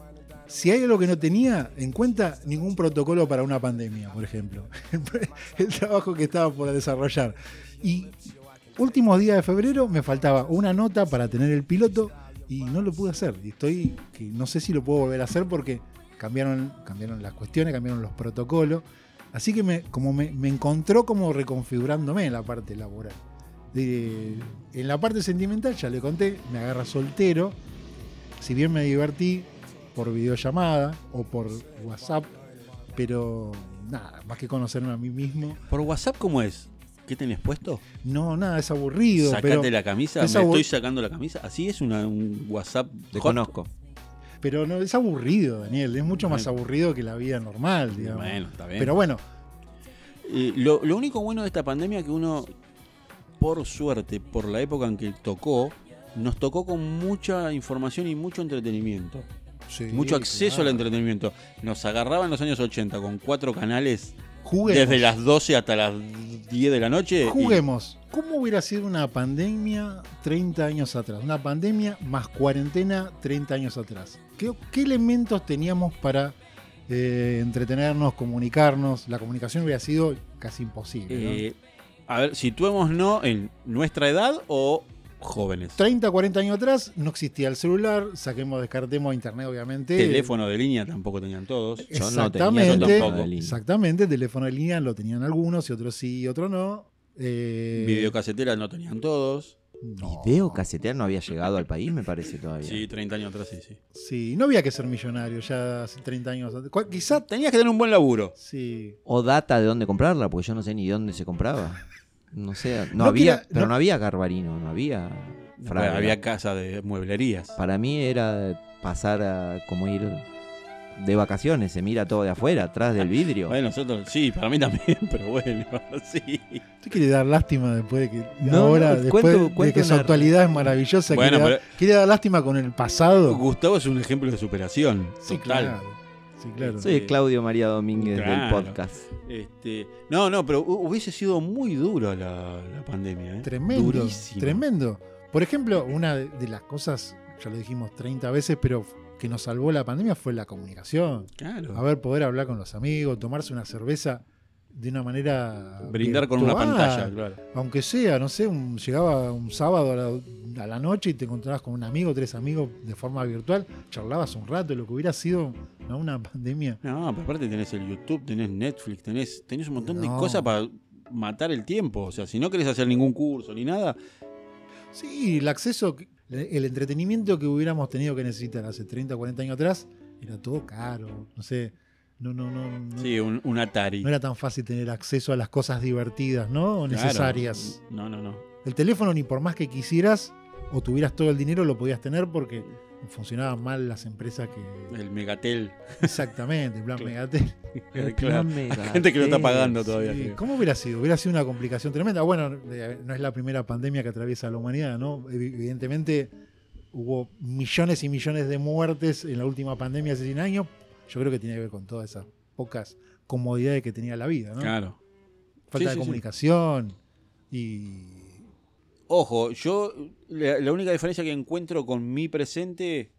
C: si hay algo que no tenía en cuenta, ningún protocolo para una pandemia, por ejemplo. [laughs] El trabajo que estaba por desarrollar. Y últimos días de febrero me faltaba una nota para tener el piloto y no lo pude hacer. Y estoy, que no sé si lo puedo volver a hacer porque cambiaron, cambiaron las cuestiones, cambiaron los protocolos. Así que me, como me, me encontró como reconfigurándome en la parte laboral. De- en la parte sentimental, ya le conté, me agarra soltero. Si bien me divertí por videollamada o por WhatsApp, pero nada, más que conocerme a mí mismo.
E: ¿Por WhatsApp cómo es? ¿Qué tenés puesto?
C: No, nada, es aburrido.
E: Sacate
C: pero,
E: la camisa, me
C: esa bo-
E: estoy sacando la camisa. Así es una- un WhatsApp
D: Te
E: hot.
D: conozco.
C: Pero no, es aburrido, Daniel. Es mucho más aburrido que la vida normal, digamos.
E: Bueno, está bien.
C: Pero bueno,
E: Eh, lo, lo único bueno de esta pandemia es que uno, por suerte, por la época en que tocó, nos tocó con mucha información y mucho entretenimiento.
C: sí,
E: mucho acceso al
C: claro.
E: entretenimiento. Nos agarraba en los años 80 con cuatro canales
C: Juguemos.
E: desde las 12 hasta las 10 de la noche. Eh, y-
C: Juguemos. ¿Cómo hubiera sido una pandemia 30 años atrás? Una pandemia más cuarentena 30 años atrás. ¿Qué, qué elementos teníamos para eh, entretenernos, comunicarnos? La comunicación hubiera sido casi imposible. ¿no?
E: eh, a ver, situémonos en nuestra edad o jóvenes.
C: 30, 40 años atrás no existía el celular, saquemos, descartemos internet, obviamente.
E: Teléfono de línea tampoco tenían todos.
D: Yo no tenía
C: Exactamente.
D: teléfono de línea.
C: Exactamente, el teléfono de línea lo tenían algunos y otros sí y otros no. Eh,
E: Videocaseteras no tenían todos.
C: no.
D: Video casetear no había llegado al país, me parece todavía.
E: Sí, 30 años atrás, sí, sí.
C: Sí, no había que ser millonario ya hace 30 años antes. Cu- Quizá,
E: Tenías que tener un buen laburo.
C: sí.
D: O data de dónde comprarla, porque yo no sé ni dónde se compraba. No sé,
C: No
D: no, había,
C: queda-
D: pero
C: no-
D: no, había Garbarino, no había Fraga.
E: Bueno, había casa de mueblerías.
D: Para mí era pasar a como ir de vacaciones, se mira todo de afuera, atrás del vidrio.
E: Bueno, nosotros, sí, para mí también, [laughs] pero bueno, sí.
C: Usted quiere dar lástima después de que
D: No,
C: ahora,
D: no,
C: después
D: cuento-
C: de
D: cuento
C: que su
D: una-
C: actualidad es maravillosa,
E: Bueno,
C: quiere, dar,
E: pero-
C: quiere dar lástima con el pasado.
E: Gustavo es un ejemplo de superación.
C: Sí,
E: total.
C: claro. Sí, claro.
D: Soy el Claudio María Domínguez del
E: Claro.
D: podcast.
E: Este, no, no, pero hu- hubiese sido muy duro la, la pandemia. ¿eh?
C: Tremendo.
E: Durísimo.
C: Tremendo. Por ejemplo, una de- de las cosas, ya lo dijimos 30 veces, pero que nos salvó la pandemia fue la comunicación.
E: Claro.
C: A ver, poder hablar con los amigos, tomarse una cerveza de una manera.
E: Brindar con una
C: virtual.
E: pantalla, claro.
C: Aunque sea, no sé, un- llegaba un sábado a la, a la noche y te encontrabas con un amigo, tres amigos de forma virtual, charlabas un rato, lo que hubiera sido ¿no? una pandemia.
E: No, pero aparte tenés el YouTube, tenés Netflix, tenés, tenés un montón de
C: No.
E: cosas para matar el tiempo. O sea, si no querés hacer ningún curso ni nada,
C: Sí, el acceso, que- el entretenimiento que hubiéramos tenido que necesitar hace 30, 40 años atrás, era todo caro, no sé, no, no, no. no
E: sí, un, un Atari.
C: No era tan fácil tener acceso a las cosas divertidas, ¿no? O
E: Claro.
C: necesarias.
E: No, no, no.
C: El teléfono, ni por más que quisieras, o tuvieras todo el dinero lo podías tener porque funcionaban mal las empresas
E: [laughs]
C: que...
E: El Megatel.
C: Exactamente, Plan
E: Claro.
C: Megatel.
E: [laughs] Eh, Claro.
D: Hay
E: Gente que lo está pagando todavía.
C: Sí,
E: creo.
C: ¿Cómo hubiera sido? Hubiera sido una complicación tremenda. Bueno, eh, no es la primera pandemia que atraviesa la humanidad, ¿no? Evi- Evidentemente hubo millones y millones de muertes en la última pandemia hace 100 años. Yo creo que tiene que ver con todas esas pocas comodidades que tenía la vida, ¿no?
E: Claro. Sí,
C: Falta
E: sí,
C: de
E: sí.
C: comunicación y...
E: Ojo, yo la, la única diferencia que encuentro con mi presente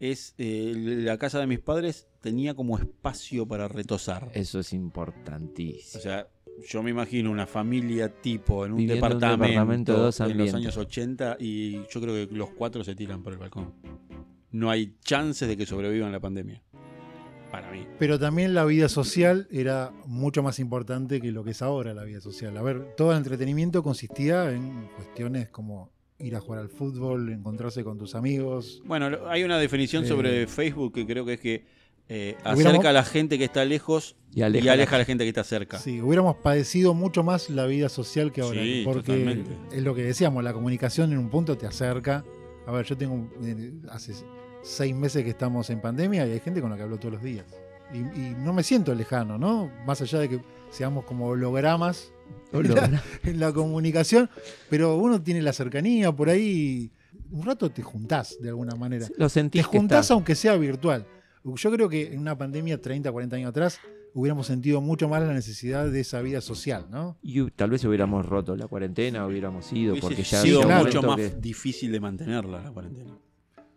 E: es eh, la casa de mis padres tenía como espacio para retosar.
D: Eso es
E: O
D: importantísimo.
E: sea, yo me imagino una familia tipo en un
D: Viviendo en un
E: departamento,
D: departamento de dos
E: en los
D: ambientes.
E: años 80 y yo creo que los cuatro se tiran por el balcón. No hay chances de que sobrevivan la pandemia. Para mí.
C: Pero también la vida social era mucho más importante que lo que es ahora la vida social. A ver, todo el entretenimiento consistía en cuestiones como ir a jugar al fútbol, encontrarse con tus amigos.
E: Bueno, lo- hay una definición
C: Eh.
E: sobre Facebook que creo que es que eh,
C: Hubiéramos-
E: acerca a la gente que está lejos
D: Y
E: y aleja a la gente que está cerca.
C: Sí, hubiéramos padecido mucho más la vida social que ahora.
E: Sí,
C: porque
E: totalmente.
C: es lo que decíamos, la comunicación en un punto te acerca. A ver, yo tengo eh, hace seis meses que estamos en pandemia y hay gente con la que hablo todos los días. Y, y no me siento lejano, ¿no? Más allá de que seamos como hologramas [laughs]
D: Olor.
C: en la comunicación, pero uno tiene la cercanía por ahí. y Un rato te juntás de alguna manera.
D: [laughs] Lo
C: Te
D: sentís que
C: juntás
D: está.
C: aunque sea virtual. Yo creo que en una pandemia 30, 40 años atrás hubiéramos sentido mucho más la necesidad de esa vida social, ¿no?
D: Y hu- tal vez hubiéramos roto la cuarentena, hubiéramos ido,
E: Hubiese
D: porque ya
E: sido
D: había
C: claro.
D: un
E: mucho
D: momento
E: más
D: que-
E: difícil de mantenerla la cuarentena.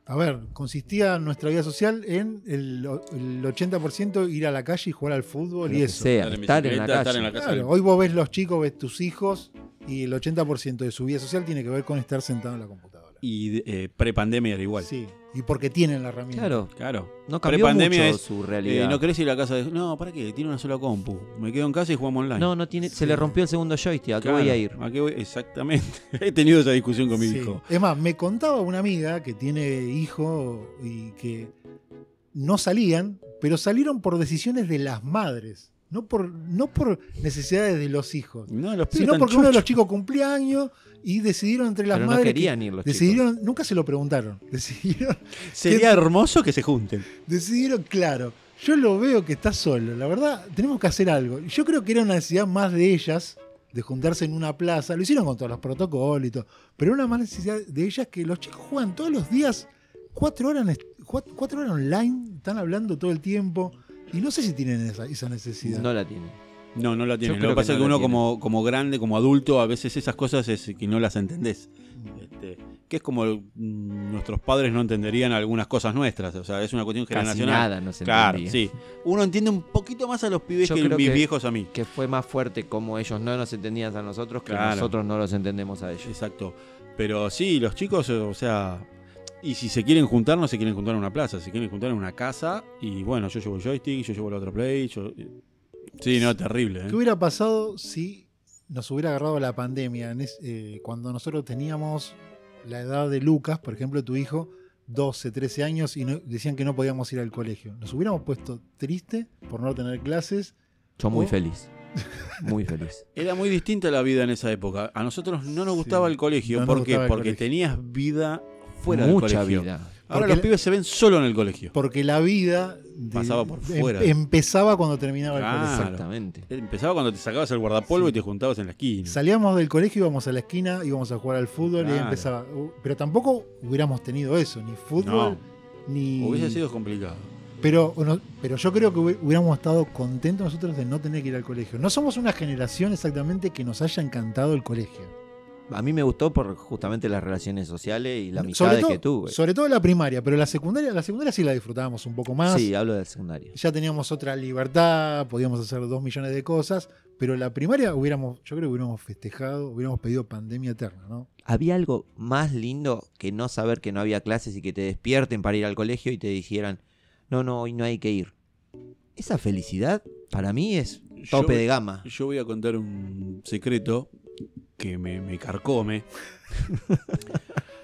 C: A ver, consistía nuestra vida social en el, o- el 80% ir a la calle y jugar al fútbol
D: lo
C: y
D: que
C: eso.
D: sea, estar en la
E: bicicleta,
D: calle.
E: estar en la casa.
C: Claro, hoy vos ves los chicos, ves tus hijos y el 80% de su vida social tiene que ver con estar sentado en la computadora.
E: Y eh, prepandemia era igual.
C: Sí, y porque tienen la herramienta.
D: Claro,
E: Claro.
D: no cambió mucho
E: Prepandemia es,
D: su
E: Eh,
D: realidad.
E: no querés ir a la casa de... No, ¿para qué? Tiene una sola compu. Me quedo en casa y jugamos online.
D: no, no tiene, se le rompió el segundo joystick, ¿a qué
E: Claro,
D: voy a ir?
E: ¿A qué voy? Exactamente. [laughs] He tenido esa discusión con mi
C: Sí.
E: hijo.
C: Es más, me contaba una amiga que tiene hijo y que no salían, pero salieron por decisiones de las madres, no por, no por necesidades de los hijos,
E: No, los pibes
C: sino
E: están
C: porque uno de los
E: chochos.
C: chicos cumplía años y decidieron entre las
D: Pero no
C: madres. que-
D: querían ir los chicos.
C: decidieron, nunca se lo preguntaron, [laughs] decidieron,
E: Sería hermoso que se junten.
C: decidieron, claro. Yo lo veo que está solo, la verdad, tenemos que hacer algo. Y Yo creo que era una necesidad más de ellas, de juntarse en una plaza. Lo hicieron con todos los protocolos y todo. Pero era una más necesidad de ellas que los chicos juegan todos los días, cuatro horas, en est- cua- cuatro horas online, están hablando todo el tiempo. Y no sé si tienen esa, esa necesidad.
D: No la tiene.
E: No, no la tienen.
D: creo
E: Lo
D: que
E: que
D: no
E: pasa es que
D: la
E: uno
D: tienen.
E: como, como grande, como adulto, a veces esas cosas es que no las entendés. Este, que es como mm, nuestros padres no entenderían algunas cosas nuestras. O sea, es una cuestión
D: Casi
E: generacional.
D: nada no se
E: Claro,
D: entendía.
E: sí. Uno entiende un poquito más a los pibes
D: Yo
E: que
D: creo
E: mis
D: que-
E: viejos a mí.
D: Que fue más fuerte como ellos no nos entendían a nosotros que
E: Claro.
D: nosotros no los entendemos a ellos.
E: Exacto. Pero sí, los chicos, eh, o sea. Y si se quieren juntar, no se quieren juntar en una plaza, se quieren juntar en una casa. Y bueno, yo llevo el joystick, yo llevo la otra play. yo- eh, Sí, no, terrible. ¿eh?
C: ¿Qué hubiera pasado si nos hubiera agarrado la pandemia? En es- eh, cuando nosotros teníamos la edad de Lucas, por ejemplo, tu hijo, 12, 13 años, y no- decían que no podíamos ir al colegio. Nos hubiéramos puesto triste por no tener clases.
D: Yo muy
C: ¿O?
D: feliz. Muy feliz.
E: Era muy distinta la vida en esa época. A nosotros no nos
C: Sí.
E: gustaba el colegio.
C: No nos
E: ¿Por qué?
C: gustaba el
E: Porque
C: colegio.
E: tenías vida [laughs] fuera del
D: Mucha
E: colegio.
D: vida.
E: Ahora
C: Porque-
E: los pibes se ven solo en el colegio.
C: Porque la vida de-
E: Pasaba por
C: em-
E: fuera.
C: empezaba cuando terminaba el
E: Claro.
C: colegio.
D: Exactamente.
E: Empezaba cuando te sacabas el guardapolvo y te juntabas en la esquina.
C: Salíamos del colegio, íbamos a la esquina, íbamos a jugar al fútbol y ahí
E: Claro.
C: empezaba. Uh, Pero tampoco hubiéramos tenido eso, ni fútbol,
E: No,
C: ni.
E: hubiese sido complicado.
C: Pero, o no- pero yo creo que hubi- hubiéramos estado contentos nosotros de no tener que ir al colegio. No somos una generación exactamente que nos haya encantado el colegio.
D: A mí me gustó por justamente las relaciones sociales y la
C: sobre,
D: amistad
C: todo,
D: que tuve.
C: sobre todo la primaria, pero la secundaria, la secundaria sí la disfrutábamos un poco más.
D: Sí, hablo de secundaria.
C: Ya teníamos otra libertad, podíamos hacer dos millones de cosas, pero la primaria hubiéramos, yo creo que hubiéramos festejado, hubiéramos pedido pandemia eterna, ¿no?
D: ¿Había algo más lindo que no saber que no había clases y que te despierten para ir al colegio y te dijeran, no, no, hoy no hay que ir? Esa felicidad para mí es tope
E: Yo-
D: de gama.
E: Yo voy a contar un secreto que me,
C: [laughs]
E: me carcome.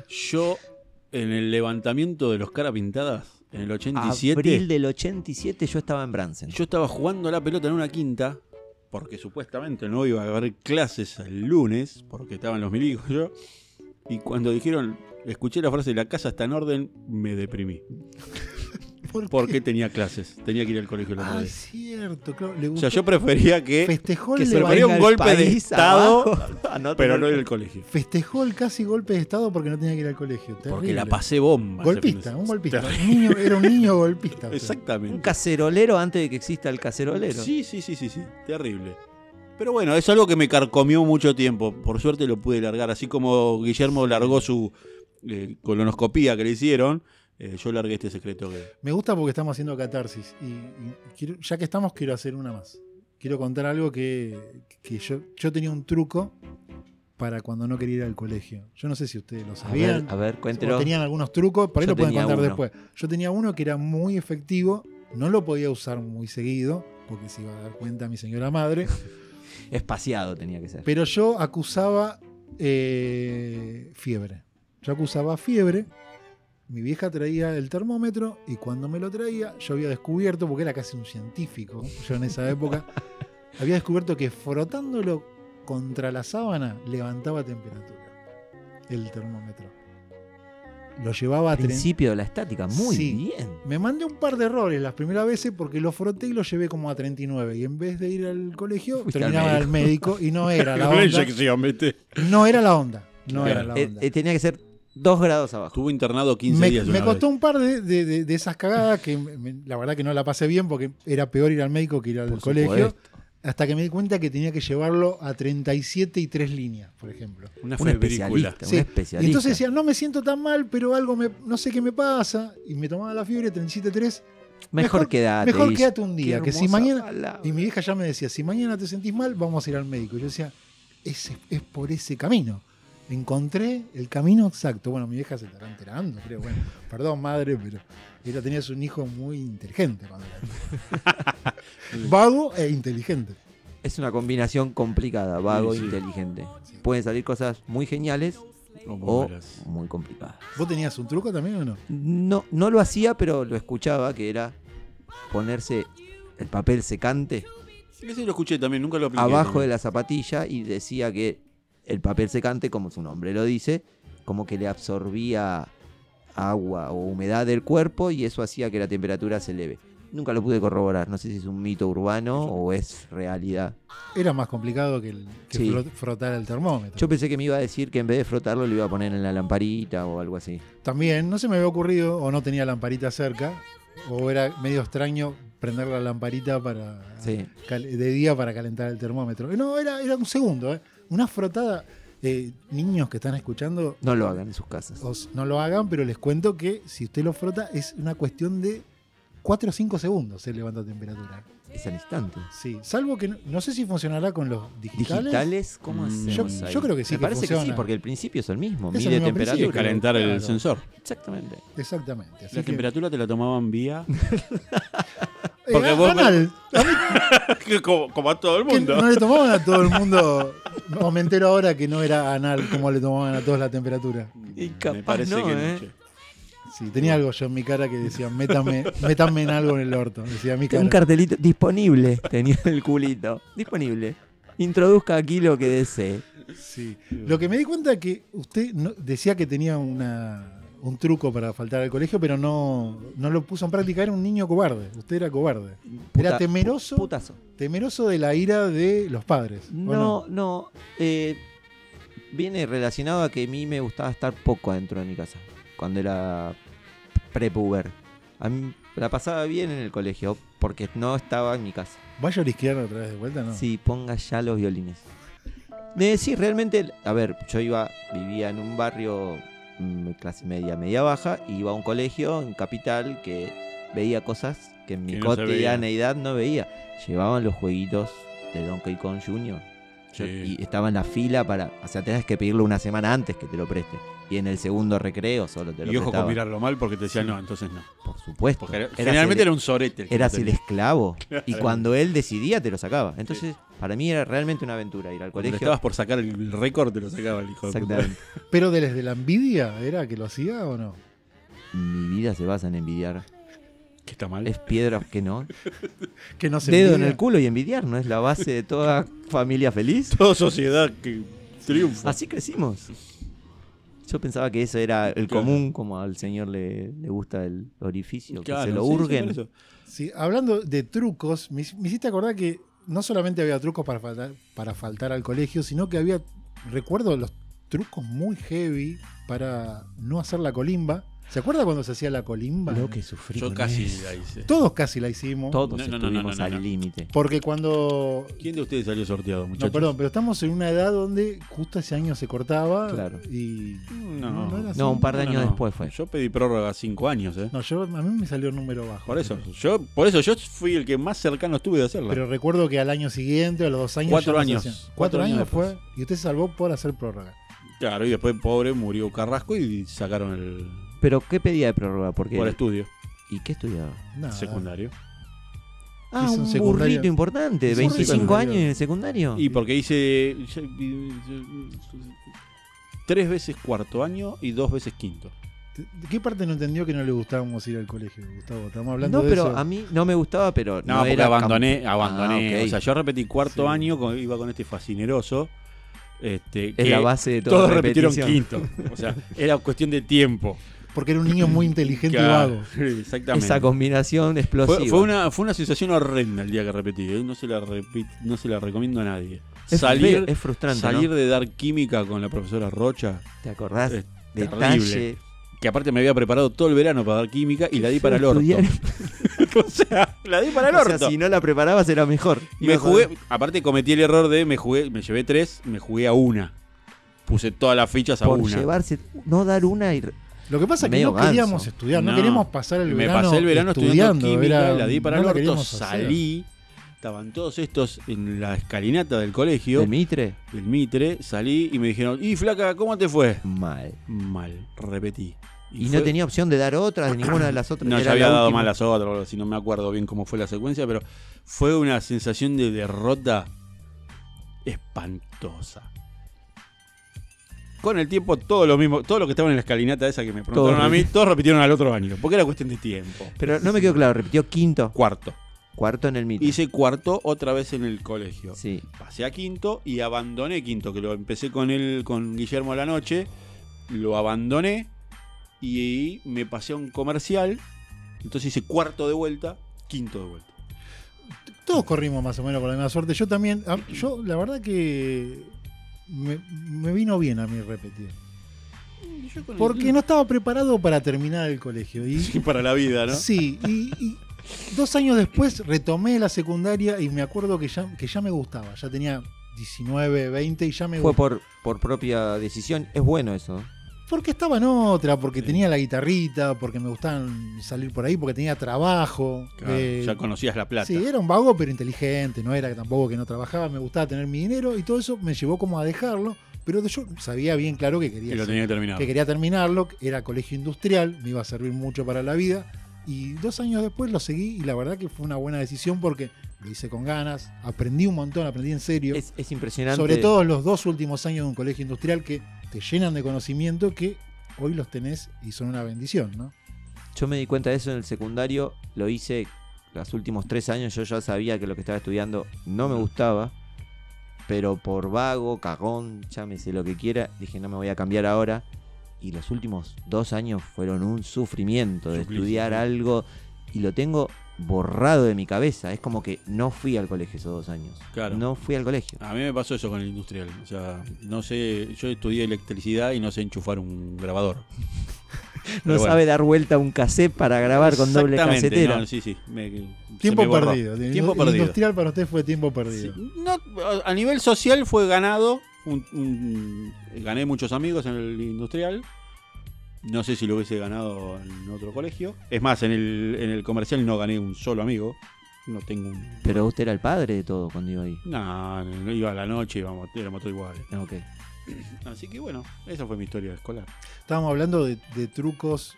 E: Yo, en el levantamiento de los cara pintadas, en el 87,
D: Abril del 87 yo estaba en Bransen.
E: yo estaba jugando a la pelota en una quinta, porque supuestamente no iba a haber clases el lunes, porque estaban los milicos yo. Y cuando dijeron, escuché la frase, la casa está en orden, me deprimí.
C: ¿Por
E: Porque tenía clases, tenía que ir al colegio la
C: Ah,
E: tarde.
C: es cierto, claro. Le
E: O
C: gustó.
E: sea, yo prefería que,
C: festejó,
D: que
C: el
D: se
E: le
C: leva-
E: ponía
D: venga
E: un
D: el
E: golpe de
D: país
E: estado, [laughs]
D: abajo a no
E: pero
D: tener-
E: no ir al colegio.
C: festejó el casi golpe de estado porque no tenía que ir al colegio.
E: Porque la
C: terrible.
E: pasé bomba. ese fin de
C: Golpista,
E: semana.
C: un golpista.
E: Terrible.
C: Un niño- era un niño golpista. o sea.
D: Un
E: Exactamente.
D: cacerolero antes de que exista el cacerolero.
E: Sí, sí, sí, sí, sí. Terrible. Pero bueno, es algo que me carcomió mucho tiempo. Por suerte lo pude largar. Así como Guillermo largó su eh, colonoscopía que le hicieron, eh, yo largué este secreto que.
C: Me gusta porque estamos haciendo catarsis. Y, y quiero- ya que estamos, quiero hacer una más. Quiero contar algo que, que yo, yo tenía un truco para cuando no quería ir al colegio. Yo no sé si ustedes lo
D: A ver,
C: sabían.
D: a ver,
C: o
D: cuéntelo.
C: tenían algunos trucos, por ahí
D: Yo
C: lo pueden
D: tenía
C: contar
D: uno.
C: después. Yo tenía uno que era muy efectivo, no lo podía usar muy seguido, porque se iba a dar cuenta mi señora madre.
D: Espaciado tenía que ser.
C: Pero yo acusaba eh, fiebre. Yo acusaba fiebre. Mi vieja traía el termómetro y cuando me lo traía, yo había descubierto, porque era casi un científico, yo en esa
D: [laughs]
C: época, había descubierto que frotándolo contra la sábana levantaba temperatura. El termómetro. Lo llevaba a tren-
D: Principio de la estática, muy
C: Sí.
D: bien.
C: me mandé un par de errores las primeras veces porque lo froté y lo llevé como a 39. Y en vez de ir al colegio,
D: Fuiste al
C: terminaba al médico. y no
D: [laughs]
C: era la onda. No era la onda. No
E: Claro.
C: era la
D: Eh,
C: onda.
D: eh, tenía que ser dos grados abajo.
E: Estuve internado 15
C: me,
E: días.
C: me
E: una vez.
C: costó un par de, de- de- de esas cagadas que me- me- la verdad que no la pasé bien porque era peor ir al médico que ir al
D: Por
C: colegio.
D: supuesto.
C: Hasta que me di cuenta que tenía que llevarlo a 37 y 3 líneas, por ejemplo.
E: Una
D: Un
E: febrícula.
D: especialista,
C: Sí.
D: un
C: Y
D: especialista.
C: entonces decía, no me siento tan mal, pero algo me, no sé qué me pasa. Y me tomaba la fiebre 37-3.
D: mejor,
C: mejor-
D: quedate.
C: mejor
D: Guille.
C: quédate un
D: Qué
C: día, que si
D: hermosa
C: mañana-
D: palabra.
C: Y mi vieja ya me decía, si mañana te sentís mal, vamos a ir al médico. Y Yo decía, es, es por ese camino. Encontré el camino exacto. Bueno, mi vieja se estará enterando, creo. Bueno, perdón, madre, pero ella tenía un hijo muy inteligente. cuando
D: [laughs]
C: era- Vago e inteligente.
D: Es una combinación complicada, vago e
E: Sí, sí.
D: inteligente. Pueden salir cosas muy geniales
E: Oh,
D: o muy complicadas.
C: ¿Vos tenías un truco también o no?
D: No, no lo hacía, pero lo escuchaba, que era ponerse el papel secante
E: Ese lo escuché también, nunca lo apliqué.
D: abajo de
E: también.
D: la zapatilla y decía que el papel secante, como su nombre lo dice, como que le absorbía agua o humedad del cuerpo y eso hacía que la temperatura se eleve. Nunca lo pude corroborar, no sé si es un mito urbano o es realidad.
C: Era más complicado que, el, que
D: Sí.
C: frot- frotar el termómetro.
D: Yo pensé que me iba a decir que en vez de frotarlo le iba a poner en la lamparita o algo así.
C: También, no se me había ocurrido, o no tenía lamparita cerca, o era medio extraño prender la lamparita para
D: Sí.
C: cal- de día para calentar el termómetro. No, era, era un segundo, ¿eh? una frotada. Eh, niños que están escuchando,
D: No lo hagan en sus casas.
C: os- no lo hagan, pero les cuento que si usted lo frota es una cuestión de 4 o 5 segundos se levanta temperatura.
D: Es al instante.
C: Sí, salvo que no, no sé si funcionará con los digitales.
D: ¿Digitales? ¿Cómo
E: Mm,
D: hacemos
C: yo-
D: ahí?
C: yo creo que sí
D: Me
C: que
D: parece que sí,
C: funciona.
D: porque el principio es el mismo.
C: Es el
D: Mide
C: mismo
D: temperatura.
C: principio,
E: Calentar
C: Claro.
E: el sensor.
D: Exactamente.
C: Exactamente. así
E: La
C: que-
E: temperatura te la tomaban vía.
C: Eh,
E: porque
C: a-
E: vos-
C: anal,
E: como, como a todo el [laughs]
C: que no le tomaban a todo el mundo. O me entero ahora que no era anal como le tomaban a todos la temperatura.
D: Y
E: Me
D: capaz
E: parece
D: no,
E: que
D: ¿eh?
E: che.
C: Sí, tenía algo yo en mi cara que decía, métame, métame en algo en el orto. Decía mi cara.
D: Un cartelito disponible [laughs] tenía el culito. Disponible. Introduzca aquí lo que desee.
C: Sí. Lo que me di cuenta es que usted no- decía que tenía una- un truco para faltar al colegio, pero no, no lo puso en práctica. Era un niño cobarde. Usted era cobarde.
D: Puta-
C: era temeroso,
D: Putazo.
C: temeroso de la ira de los padres. ¿o
D: No, no. eh, viene relacionado a que a mí me gustaba estar poco adentro de mi casa. Cuando era prepuber. A mí la pasaba bien en el colegio porque no estaba en mi casa.
C: Vaya a la izquierda otra vez de vuelta, ¿no?
D: Sí, ponga ya los violines. Eh, sí, realmente, a ver, yo iba, vivía en un barrio mm, clase media, media baja, y iba a un colegio en capital que veía cosas que en mi
E: Que no se veía.
D: cotidianeidad no veía. Llevaban los jueguitos de Donkey Kong Jr. Yo-
E: Sí.
D: Y estaba en la fila para. O sea, tenías que pedirlo una semana antes que te lo preste. Y en el segundo recreo solo te lo
E: Y ojo
D: prestaba.
E: con mirarlo mal porque te decían no, entonces no.
D: Por supuesto.
E: Porque era-
D: Era
E: generalmente
D: cele-
E: era un sorete. el que
D: era
E: lo
D: así el
E: tenía.
D: esclavo.
E: [laughs]
D: Y cuando él decidía, te lo sacaba. Entonces, para mí era realmente una aventura ir al
E: Cuando
D: colegio. [laughs]
E: estabas por sacar el récord, te lo sacaba el hijo de puta.
D: Exactamente.
C: Pero desde la envidia, ¿era que lo hacía o no?
D: Mi vida se basa en envidiar.
E: Que está mal.
D: Es piedra que
E: [laughs]
D: no.
C: Que no se
D: Dedo en
C: envidia.
D: el culo y envidiar, ¿no? Es la base de
E: [laughs]
D: toda familia feliz.
E: Toda sociedad que triunfa.
D: Así crecimos. Yo pensaba que eso era el
E: Claro.
D: común, como al señor le, le gusta el orificio,
E: Claro,
D: que se lo
E: sí, sí, por
D: hurguen.
E: eso.
C: Sí, hablando de trucos, me, me hiciste acordar que no solamente había trucos para faltar, para faltar al colegio, sino que había, recuerdo, los trucos muy heavy para no hacer la colimba. ¿Se acuerda cuando se hacía la colimba?
D: Lo que sufrí.
E: Yo
D: con
E: casi
D: eso.
E: la hice.
C: Todos casi la hicimos.
D: Todos
E: No, no, no, no,
D: estuvimos
E: no, no.
D: al límite.
C: Porque cuando...
E: ¿Quién de ustedes salió sorteado, muchachos?
C: No, perdón, pero estamos en una edad donde justo ese año se cortaba
D: Claro.
C: y...
E: No,
C: No, no era así.
D: No, un par de
E: No,
D: años
E: no, no.
D: después fue.
E: Yo pedí prórroga cinco años, ¿eh?
C: No, yo, a mí me salió un número bajo.
E: Por eso, yo, por eso yo fui el que más cercano estuve de hacerla.
C: Pero recuerdo que al año siguiente, a los dos años...
E: Cuatro
C: ya no se
E: años.
C: hacían. Cuatro,
E: Cuatro
C: años
E: años
C: fue. Y usted se salvó por hacer prórroga.
E: Claro, y después pobre murió Carrasco y sacaron el
D: Pero ¿qué pedía de prórroga? Porque
E: por estudio
D: ¿Y qué estudiaba?
C: Nada.
E: secundario.
D: Ah,
C: Hizo un
D: un
C: secundario.
D: burrito importante,
C: Hizo
E: un
D: 25
C: secundario.
D: años en el secundario.
E: Y porque hice tres veces cuarto año y dos veces quinto.
C: ¿De ¿Qué parte no entendió que no le gustábamos ir al colegio, Gustavo? Estamos hablando
D: no,
C: de
D: pero
C: eso.
D: a mí no me gustaba, pero
E: No,
D: no,
E: porque
D: era
E: abandoné,
D: campo.
E: abandoné.
D: Ah, ok.
E: O sea, yo repetí cuarto
C: Sí.
E: año, con- iba con este fascineroso. Este,
D: es
E: que
D: la base de todo.
E: todos repitieron quinto.
D: [laughs]
E: O sea, era cuestión de tiempo.
C: Porque era un niño muy inteligente y
E: Claro,
C: vago.
E: [laughs] Exactamente.
D: Esa combinación explosiva.
E: Fue, fue una, fue una sensación horrenda el día que repetí, ¿eh? no, se la repi- no se la recomiendo a nadie.
D: es,
E: salir
D: feo, es frustrante.
E: salir
D: ¿no?
E: de dar química con la profesora Rocha,
D: ¿Te acordás?
E: es
D: Detalle.
E: que aparte me había preparado todo el verano para dar química y la di para el orto.
D: Estudiar-
E: [laughs]
C: [laughs]
E: o sea, la di para el
D: o
E: orto.
D: sea, si no la preparabas era mejor.
E: me
D: Ibas a-
E: jugué, aparte cometí el error de me jugué, me llevé tres, me jugué a una. Puse todas las fichas a
D: por
E: una.
D: llevarse, no dar una y
C: Lo que pasa es que
D: Medio
C: no queríamos
D: ganso.
C: estudiar, no,
E: No.
C: queríamos pasar el
E: me
C: verano.
E: pasé el verano estudiando,
C: estudiando,
E: química,
C: era-
E: la di para
C: no
E: el
C: la
E: orto,
C: queríamos hacer.
E: salí. Estaban todos estos en la escalinata del colegio.
D: de Mitre,
E: del Mitre, salí y me dijeron, ¿y flaca, cómo te fue?
D: mal.
E: Mal, repetí.
D: Y,
E: fue-
D: no tenía opción de dar otra, de ninguna de las otras.
E: No,
D: era
E: ya había
D: la
E: dado
D: última.
E: malas otras, o algo así, no me acuerdo bien cómo fue la secuencia, pero fue una sensación de derrota espantosa. Con el tiempo, todo lo mismo, todo lo que estaban en la escalinata esa que me preguntaron
D: Todos
E: a mí,
D: repitieron.
E: todos repitieron al otro año, porque era cuestión de tiempo.
D: Pero no me quedó claro, repitió quinto,
E: Cuarto.
D: cuarto en el Mitre.
E: Hice cuarto otra vez en el colegio.
D: Sí.
E: pasé a quinto y abandoné quinto, que lo empecé con él, con Guillermo a la noche, lo abandoné y me pasé a un comercial, entonces hice cuarto de vuelta, quinto de vuelta.
C: Todos corrimos más o menos con la misma suerte. Yo también, a- yo la verdad que me, me vino bien a mí repetir. Porque
E: [laughs]
C: no estaba preparado para terminar el colegio. Y,
E: Sí, para la vida, ¿no?
C: Sí, y, y dos años después retomé la secundaria y me acuerdo que ya, que ya me gustaba. Ya tenía 19, 20 y ya me
D: Fue
C: gustaba.
D: por, por propia decisión. Es bueno eso.
C: Porque estaba en otra, porque tenía la guitarrita, porque me gustaban salir por ahí, porque tenía trabajo.
E: Claro,
C: eh,
E: ya conocías la plata.
C: Sí, era un vago pero inteligente, no era tampoco que no trabajaba, me gustaba tener mi dinero y todo eso me llevó como a dejarlo, pero yo sabía bien claro que quería
E: y lo
C: hacer-
E: tenía que terminar.
C: que quería terminarlo, que era colegio industrial, me iba a servir mucho para la vida. Y dos años después lo seguí y la verdad que fue una buena decisión porque lo hice con ganas, aprendí un montón, aprendí en serio.
D: Es, es impresionante.
C: Sobre todo los dos últimos años de un colegio industrial que te llenan de conocimiento que hoy los tenés y son una bendición, ¿no?
D: Yo me di cuenta de eso en el secundario. Lo hice los últimos tres años. Yo ya sabía que lo que estaba estudiando no me gustaba. Pero por vago, cagón, llámese lo que quiera, dije no me voy a cambiar ahora. Y los últimos dos años fueron un sufrimiento de
E: Suplicio,
D: estudiar
E: sí.
D: algo. Y lo tengo borrado de mi cabeza. Es como que no fui al colegio esos dos años.
E: Claro. Ah,
D: No fui al colegio.
E: A mí me pasó eso con el industrial. O sea, no sé, yo estudié electricidad y no sé enchufar un grabador.
D: No
E: Pero bueno.
D: sabe dar vuelta un cassette para grabar con doble
E: Exactamente,
D: casetera.
E: no, sí, sí. me- se me
C: Tiempo
E: borró.
C: perdido. El
E: Tiempo
C: indu-
E: perdido.
C: Industrial para usted fue tiempo perdido.
E: Sí, no, a nivel social fue ganado. un- un- gané muchos amigos en el industrial. No sé si lo hubiese ganado en otro colegio. Es más, en el, en el comercial no gané un solo amigo. No tengo un.
D: Pero usted era el padre de todo cuando iba ahí.
E: No, no iba a la noche, íbamos, éramos todos iguales.
D: Ah, ok.
E: Así que bueno, esa fue mi historia escolar.
C: Estábamos hablando de, de trucos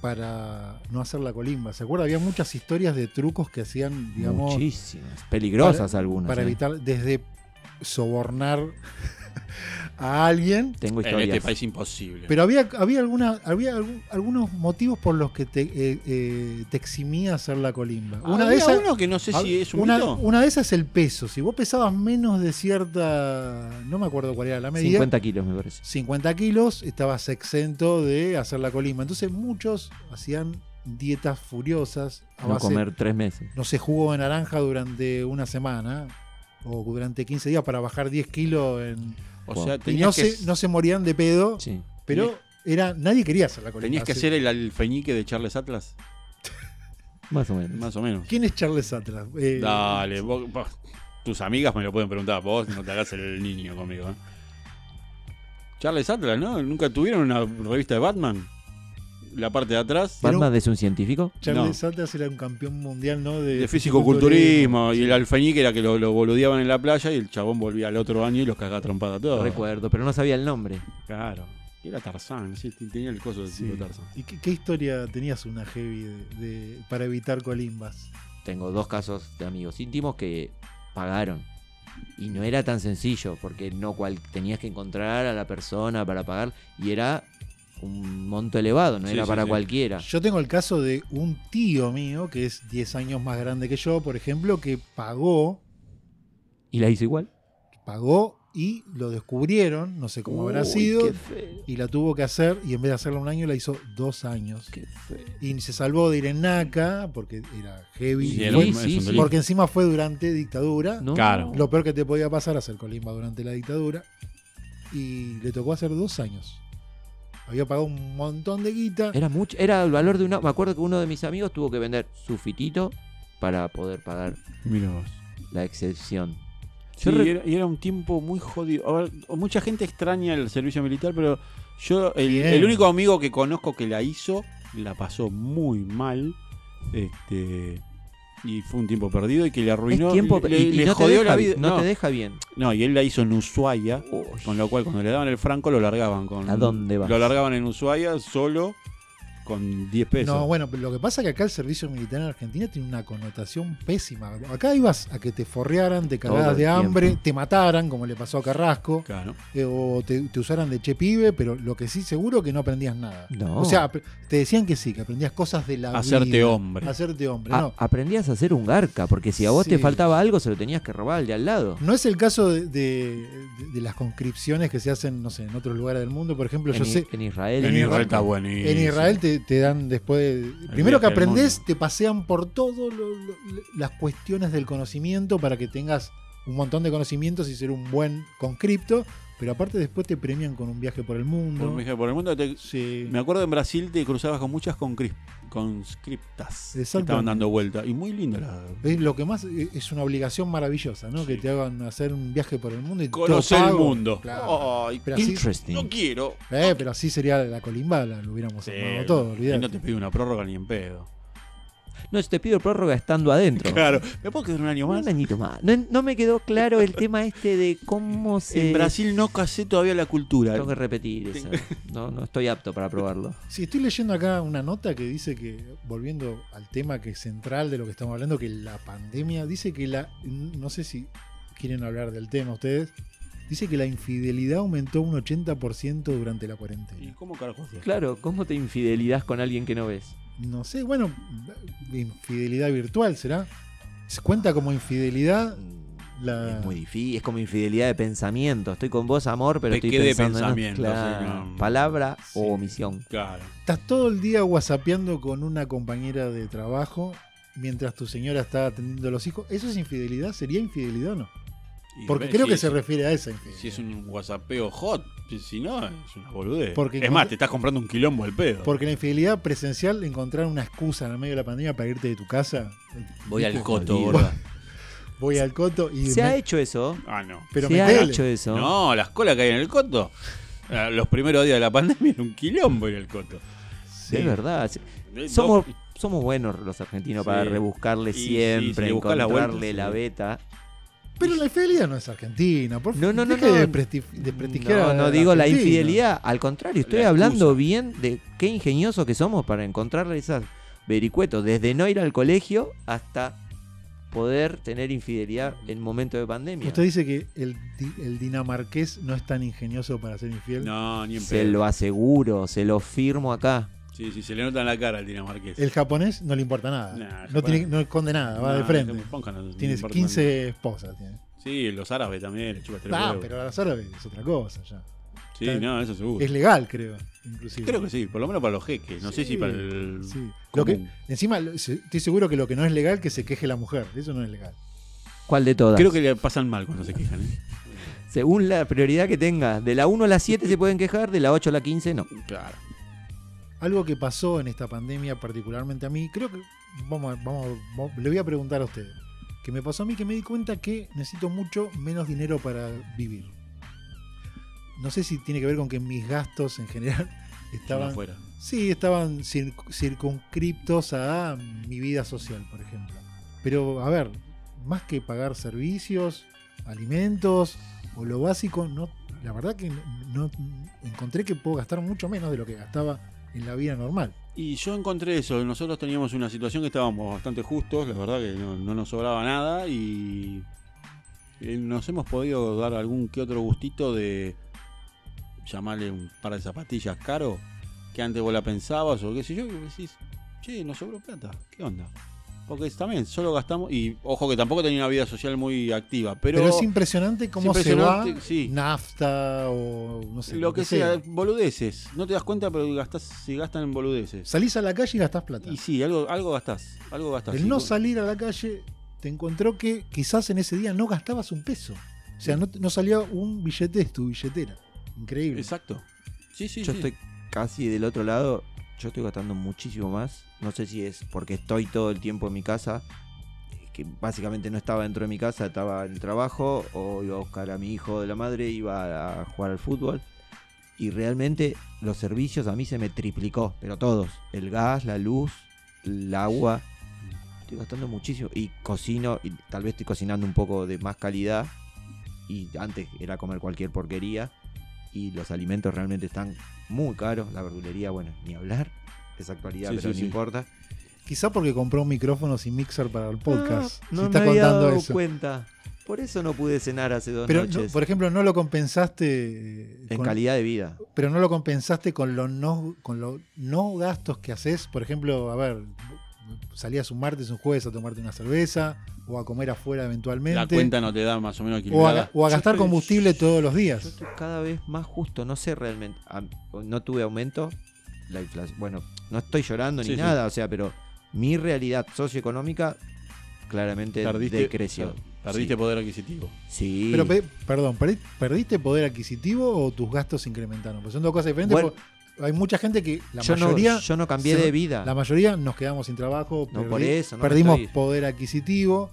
C: para no hacer la colimba. ¿Se acuerda? Había muchas historias de trucos que hacían, digamos,
D: Muchísimas. Peligrosas algunas.
C: para
D: eh.
C: evitar desde sobornar [laughs] a alguien.
D: Tengo
E: En
D: historias.
E: este país imposible.
C: Pero había, había, alguna, había algún- algunos motivos por los que te, eh, eh, te eximía hacer la colimba. Una de
E: Había
C: esas,
E: uno que no sé si es un
C: una,
E: mito.
C: una de esas es el peso. Si vos pesabas menos de cierta. No me acuerdo cuál era la medida.
D: 50 kilos, me parece.
C: 50 kilos, estabas exento de hacer la colimba. Entonces muchos hacían dietas furiosas a
D: No
C: base-
D: comer tres meses.
C: no sé, jugo de naranja durante una semana o durante 15 días para bajar 10 kilos. En,
E: O sea,
C: y no
E: tenías
C: se,
E: que,
C: no se morían de pedo,
D: Sí.
C: pero era nadie quería hacer la colimba.
E: tenías que
C: así.
E: ser el alfeñique de Charles Atlas,
D: Más o menos.
E: más o menos.
C: ¿Quién es Charles Atlas? Eh,
E: Dale, vos- vos- tus amigas me lo pueden preguntar, vos no te hagas el niño conmigo. ¿eh? Charles Atlas, ¿no? ¿Nunca tuvieron una revista de Batman? La parte de atrás.
C: Pero-
D: ¿Batman es un científico?
C: Charles Atlas era un campeón mundial, ¿no? De,
E: De físico-culturismo y el alfeñique era que lo, lo boludeaban en la playa y el chabón volvía al otro año y los cagaba trompada a todos.
D: Recuerdo, pero no sabía el nombre.
E: Claro. Y Era Tarzán, sí, t- tenía el coso de
C: Sí.
E: tipo Tarzán.
C: ¿Y qué, qué historia tenías una heavy de- de- para evitar colimbas?
D: Tengo dos casos de amigos íntimos que pagaron. Y no era tan sencillo, porque no cual tenías que encontrar a la persona para pagar. Y era un monto elevado, no
E: Sí,
D: era
E: sí,
D: para
E: sí.
D: cualquiera.
C: Yo tengo el caso de un tío mío, que es 10 años más grande que yo, por ejemplo, que pagó,
D: ¿Y la hizo igual?
C: pagó y lo descubrieron, no sé cómo habrá
D: Uy,
C: sido,
D: Qué feo.
C: y la tuvo que hacer, y en vez de hacerla un año, la hizo dos años.
D: Qué feo.
C: Y se salvó de ir en NACA, porque era heavy,
E: Sí,
C: y
E: era
C: fue-
E: un- es un
D: sí, sí.
E: delito.
C: porque encima fue durante dictadura.
D: No.
E: Claro.
C: Lo peor que te podía pasar hacer colimba durante la dictadura. Y le tocó hacer dos años. Había pagado un montón de guita.
D: Era mucho, era el valor de una. Me acuerdo que uno de mis amigos tuvo que vender su fitito para poder pagar
E: Mira vos.
D: la excepción.
E: Sí,
D: Yo re-
E: y era, y era un tiempo muy jodido. A ver, mucha gente extraña el servicio militar, pero yo, el,
C: Bien.
E: el único amigo que conozco que la hizo, la pasó muy mal. Este. Y fue un tiempo perdido y que le
D: Es
E: arruinó.
D: tiempo,
E: le,
D: y, y
E: le
D: no, te
E: jodió
D: deja,
E: la
D: bi-
E: vida.
D: no
E: No,
D: te deja bien.
E: no, y él la hizo en Ushuaia.
D: Uy.
E: Con lo cual, cuando le daban el franco, lo largaban. Con,
D: ¿A dónde vas?
E: Lo largaban en Ushuaia solo con 10 pesos.
C: No, bueno, lo que pasa es que acá el servicio militar en Argentina tiene una connotación pésima. Acá ibas a que te forrearan, te
D: Todo
C: cagaras
D: el
C: de
D: tiempo.
C: hambre, te mataran, como le pasó a Carrasco,
E: Claro.
C: eh, o te, te usaran de che pibe, pero lo que sí seguro que no aprendías nada.
D: No.
C: O sea, ap- te decían que sí, que aprendías cosas de la
E: Hacerte
C: vida.
E: hombre.
C: Hacerte hombre,
D: A-
C: no.
D: Ah, aprendías a hacer un garca, porque si a vos te
C: Sí.
D: faltaba algo, se lo tenías que robar al de al lado.
C: No es el caso de, de- de- de las conscripciones que se hacen, no sé, en otros lugares del mundo. Por ejemplo, yo
D: en, I-
C: sé,
D: en Israel.
C: En Israel está
E: buenísimo.
C: en Israel te, te dan después. de- primero que
E: viaje del
C: aprendés,
E: mundo.
C: te pasean por todas las cuestiones del conocimiento para que tengas un montón de conocimientos y ser un buen conscripto. Pero aparte, después te premian con un viaje por el
E: Por,
C: mundo.
E: por el mundo te-
C: Sí.
E: Me acuerdo en Brasil te cruzabas con muchas concris- conscriptas que
C: Exactamente.
E: estaban dando vuelta. Y muy lindo la.
C: Es lo que más e, es una obligación maravillosa, ¿no? Que te hagan hacer un viaje por el mundo y todo
E: Conocer el
C: pago.
E: mundo. Oh,
C: Claro.
E: Ay,
C: Pero así-
D: Interesting.
E: no quiero.
C: Eh, pero así sería la colimbala, lo hubiéramos
E: Sí,
C: armado todo,
E: y
C: olvidate.
E: no te pido una prórroga ni en pedo.
D: No, yo te pido prórroga estando adentro.
E: Claro. ¿Me puedo quedar un año más?
D: Un añito más. No, no me quedó claro el tema este de cómo se.
E: En Brasil no casé todavía la cultura.
D: Tengo que repetir eso. No, no estoy apto para probarlo.
C: Sí, estoy leyendo acá una nota que dice que, volviendo al tema que es central de lo que estamos hablando, que la pandemia, dice que la, no sé si quieren hablar del tema ustedes, dice que la infidelidad aumentó un 80% durante la
E: ¿Y
C: cuarentena.
E: cómo carajo hacías?
D: Claro, ¿cómo te infidelidad con alguien que no ves?
C: No sé, bueno, infidelidad virtual será. ¿Se cuenta como infidelidad?
E: Mm,
C: La-
E: Ah.
D: Es muy difícil, es como infidelidad de pensamiento. Estoy con vos, amor, pero
E: Te
D: estoy
E: quedé
D: pensando en-
E: pensamiento,
D: Claro.
E: sí, no.
D: Palabra
C: Sí.
D: o omisión.
E: Claro.
C: Estás todo el día whatsappeando con una compañera de trabajo mientras tu señora está atendiendo a los hijos. ¿Eso es infidelidad? ¿Sería infidelidad o no?
E: Y
C: Porque
E: ve
C: creo
E: si
C: que
E: es-
C: se refiere a esa infidelidad.
E: Si es un whatsappeo hot, si no, es una boludez.
C: Porque
E: es más, te estás comprando un quilombo al pedo.
C: Porque la infidelidad presencial, encontrar una excusa en el medio de la pandemia para irte de tu casa,
E: Voy al coto,
D: Olvido.
E: gorda.
C: voy al coto y.
D: ¿Se
C: me-
D: ha hecho eso?
E: Ah, no.
C: Pero
D: ¿Se
C: me
D: ha
C: tele.
D: hecho eso?
E: No, las colas que hay en el coto. Eh, Los primeros días de la pandemia era un quilombo en el coto.
C: Sí.
D: Es verdad.
E: Eh,
D: Somos,
E: dos-
D: somos buenos los argentinos
E: Sí.
D: para rebuscarle
E: Y sí, si
D: siempre,
E: le buscas la vuelta,
D: encontrarle
E: sí.
D: la, beta.
C: Pero la infidelidad no es argentina. Por
D: No, no, no,
C: deje de
D: no.
C: despresti- desprestigiar
D: no,
C: a-
D: no
C: al
D: digo la
C: argentino.
D: infidelidad, al contrario, estoy
E: La
D: hablando
E: excusa.
D: bien de qué ingeniosos que somos para encontrarle esas vericuetos, desde no ir al colegio hasta poder tener infidelidad en momento de pandemia.
C: Usted dice que el, di- el dinamarqués no es tan ingenioso para ser infiel.
E: No, ni en
D: Se
E: pedo.
D: lo aseguro, se lo firmo acá.
E: Sí, sí, se le nota en la cara al dinamarqués.
C: El japonés no le importa nada.
E: Nah, el
C: no, tiene,
E: japonés-
C: no esconde nada, va de
E: No,
C: frente.
E: no, pónganlo, no
C: Tienes
E: importa.
C: 15 esposas. Tiene.
E: Sí, los árabes también, les chupa tres
C: Ah,
E: huevos.
C: pero a las árabes es otra cosa ya.
E: Sí, no, eso seguro.
C: Es legal, creo. Inclusive.
E: Creo que sí, por lo menos para los jeques. No sé si
C: Sí,
E: para el.
C: sí. Lo
E: común.
C: que, encima, lo- se- estoy seguro que lo que no es legal que se queje la mujer. Eso no es legal.
D: ¿Cuál de todas?
E: Creo que le pasan mal cuando se quejan, ¿eh?
D: Según la prioridad que tenga. De la 1 a la 7 se pueden quejar, de la 8 a la 15 no.
E: Claro.
C: Algo que pasó en esta pandemia, particularmente a mí, creo que. Vamos, a- vamos, vamos- le voy a preguntar a ustedes. Que me pasó a mí que me di cuenta que necesito mucho menos dinero para vivir. No sé si tiene que ver con que mis gastos en general [laughs] estaban.
E: afuera.
C: Sí, estaban cir- circunscriptos a mi vida social, por ejemplo. Pero, a ver, más que pagar servicios, alimentos o lo básico, no, la verdad que no encontré que puedo gastar mucho menos de lo que gastaba en la vida normal.
E: Y yo encontré eso. Nosotros teníamos una situación que estábamos bastante justos, la verdad que no, no nos sobraba nada y eh, nos hemos podido dar algún que otro gustito de llamarle un par de zapatillas caro que antes vos la pensabas o qué sé yo, y vos decís, che, nos sobró plata, ¿qué onda? Porque es- también solo gastamos, y ojo que tampoco tenía una vida social muy activa, pero,
C: Pero, es impresionante cómo
E: es impresionante,
C: se va
E: sí.
C: nafta o no sé.
E: lo que sea, boludeces, no te das cuenta, pero gastás, se gastan en boludeces.
C: Salís a la calle y gastás plata.
E: Y sí, algo, algo gastás. Algo gastás.
C: El
E: Sí,
C: no
E: con-
C: salir a la calle te encontró que quizás en ese día no gastabas un peso. O sea, no, no salía un billete de tu billetera. Increíble.
E: Exacto. Sí, sí,
D: Yo
E: sí.
D: estoy casi del otro lado. Yo estoy gastando muchísimo más. No sé si es porque estoy todo el tiempo en mi casa. Que básicamente no estaba dentro de mi casa, estaba en el trabajo. O iba a buscar a mi hijo de la madre, iba a jugar al fútbol. Y realmente los servicios a mí se me triplicó. Pero todos. El gas, la luz, el agua. Estoy gastando muchísimo. Y cocino. Y tal vez estoy cocinando un poco de más calidad. Y antes era comer cualquier porquería. Y los alimentos realmente están muy caros. La verdulería, bueno, ni hablar. Es actualidad,
E: Sí,
D: pero
E: sí,
D: no
E: sí.
D: importa.
C: Quizá porque compró un micrófono sin mixer para el podcast.
D: Ah,
C: si
D: no
C: está
D: me había
C: contando
D: dado
C: eso.
D: cuenta. Por eso no pude cenar hace dos
C: Pero, no-
D: noches.
C: por ejemplo, no lo compensaste. eh,
D: en
C: con-
D: calidad de vida.
C: Pero no lo compensaste con los no, con los no gastos que haces. Por ejemplo, a ver, salías un martes, un jueves a tomarte una cerveza o a comer afuera eventualmente.
E: La cuenta no te da más o menos
C: o
E: equilibrada.
C: a, o a
D: Yo
C: gastar
D: estoy-
C: combustible todos los
D: Yo
C: días.
D: estoy cada vez más justo, no sé realmente. Am- No tuve aumento, la inflación. Bueno, no estoy llorando
E: Sí,
D: ni
E: sí.
D: nada, o sea, pero mi realidad socioeconómica claramente decreció.
E: Perdiste
D: Sí.
E: poder adquisitivo.
D: Sí.
C: Pero, pe- perdón, perdi- ¿perdiste poder adquisitivo o tus gastos se incrementaron? Porque son dos cosas diferentes.
D: Bueno.
C: porque hay mucha gente que la
D: yo,
C: mayoría.
D: no, yo no cambié
C: se-
D: de vida.
C: La mayoría nos quedamos sin trabajo,
D: No, por eso, no me
C: perdimos
D: estoy-
C: poder adquisitivo.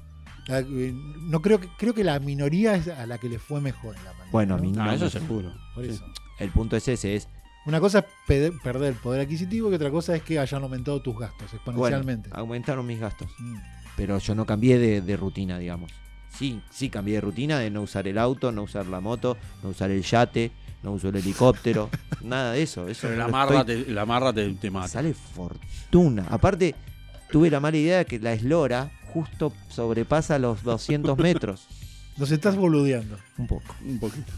C: La- eh, no creo que creo que la minoría es a la que le fue mejor en la pandemia.
D: Bueno, a
C: ¿no?
D: mí no.
E: Ah, eso
D: me-
E: seguro.
C: Por
E: Sí.
C: eso.
D: El punto es ese, es
C: Una cosa es pe- perder poder adquisitivo y otra cosa es que hayan aumentado tus gastos
D: bueno,
C: exponencialmente.
D: aumentaron mis gastos.
C: Mm.
D: Pero yo no cambié de, de rutina, digamos. Sí, sí cambié de rutina de no usar el auto, no usar la moto, no usar el yate, no uso el helicóptero, [laughs] nada de eso. eso
E: Pero
D: no
E: la
D: lo
E: marra,
D: estoy
E: te, la marra te, te mata.
D: Sale fortuna. Aparte, tuve la mala idea de que la eslora justo sobrepasa los 200
E: [laughs]
D: metros.
C: Nos estás boludeando.
D: Un poco.
E: Un poquito.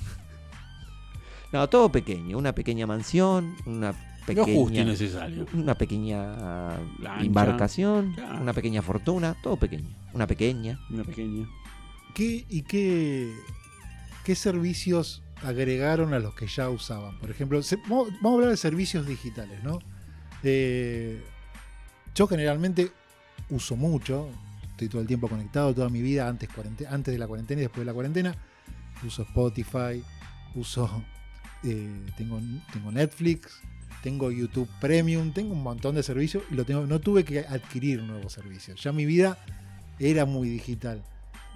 D: No, todo pequeño. Una pequeña mansión, una
E: Lo justo y
D: pequeña...
E: necesario.
D: una pequeña
E: Lancha.
D: embarcación,
E: Claro.
D: una pequeña fortuna, todo pequeño. Una pequeña.
E: Una pequeña.
C: ¿Qué, ¿Y qué, qué servicios agregaron a los que ya usaban? Por ejemplo, se- vamos, vamos a hablar de servicios digitales, ¿no? Eh, yo generalmente uso mucho, estoy todo el tiempo conectado, toda mi vida, antes, cuarente- antes de la cuarentena y después de la cuarentena. Uso Spotify, uso. eh, tengo, tengo Netflix, tengo YouTube Premium, tengo un montón de servicios y lo tengo, no tuve que adquirir nuevos servicios. Ya mi vida era muy digital.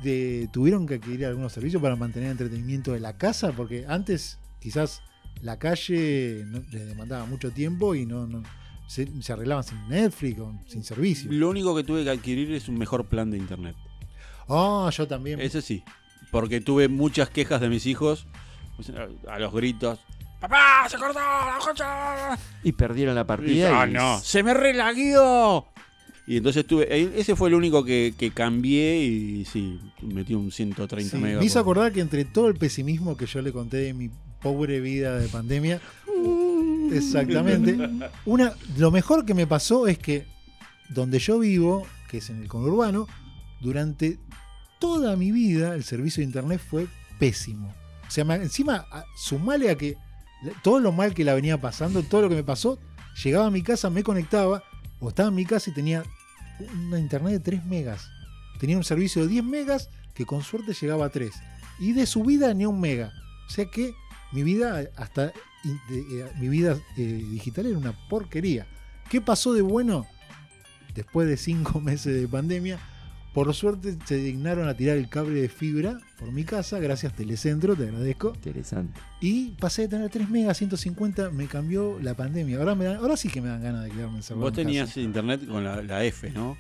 C: De- tuvieron que adquirir algunos servicios para mantener el entretenimiento de la casa, porque antes quizás la calle no- les demandaba mucho tiempo y no, no- se, se arreglaban sin Netflix o sin servicio.
E: Lo único que tuve que adquirir es un mejor plan de internet.
C: Ah, yo también.
E: Ese sí. Porque tuve muchas quejas de mis hijos a los gritos. ¡Papá! ¡Se cortó! ¡La concha!"
D: Y perdieron la
E: Y,
D: partida.
E: ¡Ah,
D: y-
E: no! ¡Se me relagueó! Y entonces tuve. eh, Ese fue el único que, que cambié y sí, metí un 130
C: Sí,
E: mega
C: me hizo
E: por-
C: acordar que entre todo el pesimismo que yo le conté de mi pobre vida de pandemia, exactamente, una, lo mejor que me pasó es que donde yo vivo, que es en el conurbano, durante toda mi vida el servicio de internet fue pésimo. O sea, me- encima, a- sumale a que la- todo lo mal que la venía pasando, todo lo que me pasó, llegaba a mi casa, me conectaba, o estaba en mi casa y tenía una internet de 3 megas. Tenía un servicio de 10 megas que con suerte llegaba a 3. Y de subida ni un mega. O sea que mi vida hasta in- de- eh, mi vida eh, digital era una porquería. ¿Qué pasó de bueno? Después de 5 [laughs] meses de pandemia, por suerte se dignaron a tirar el cable de fibra por mi casa. Gracias Telecentro, te agradezco.
D: Interesante.
C: Y pasé de tener 3 megas, 150, me cambió la pandemia. Ahora, me dan- ahora sí que me dan ganas de quedarme encerrado.
E: Vos
C: en casa.
E: tenías internet con la, la F, ¿no?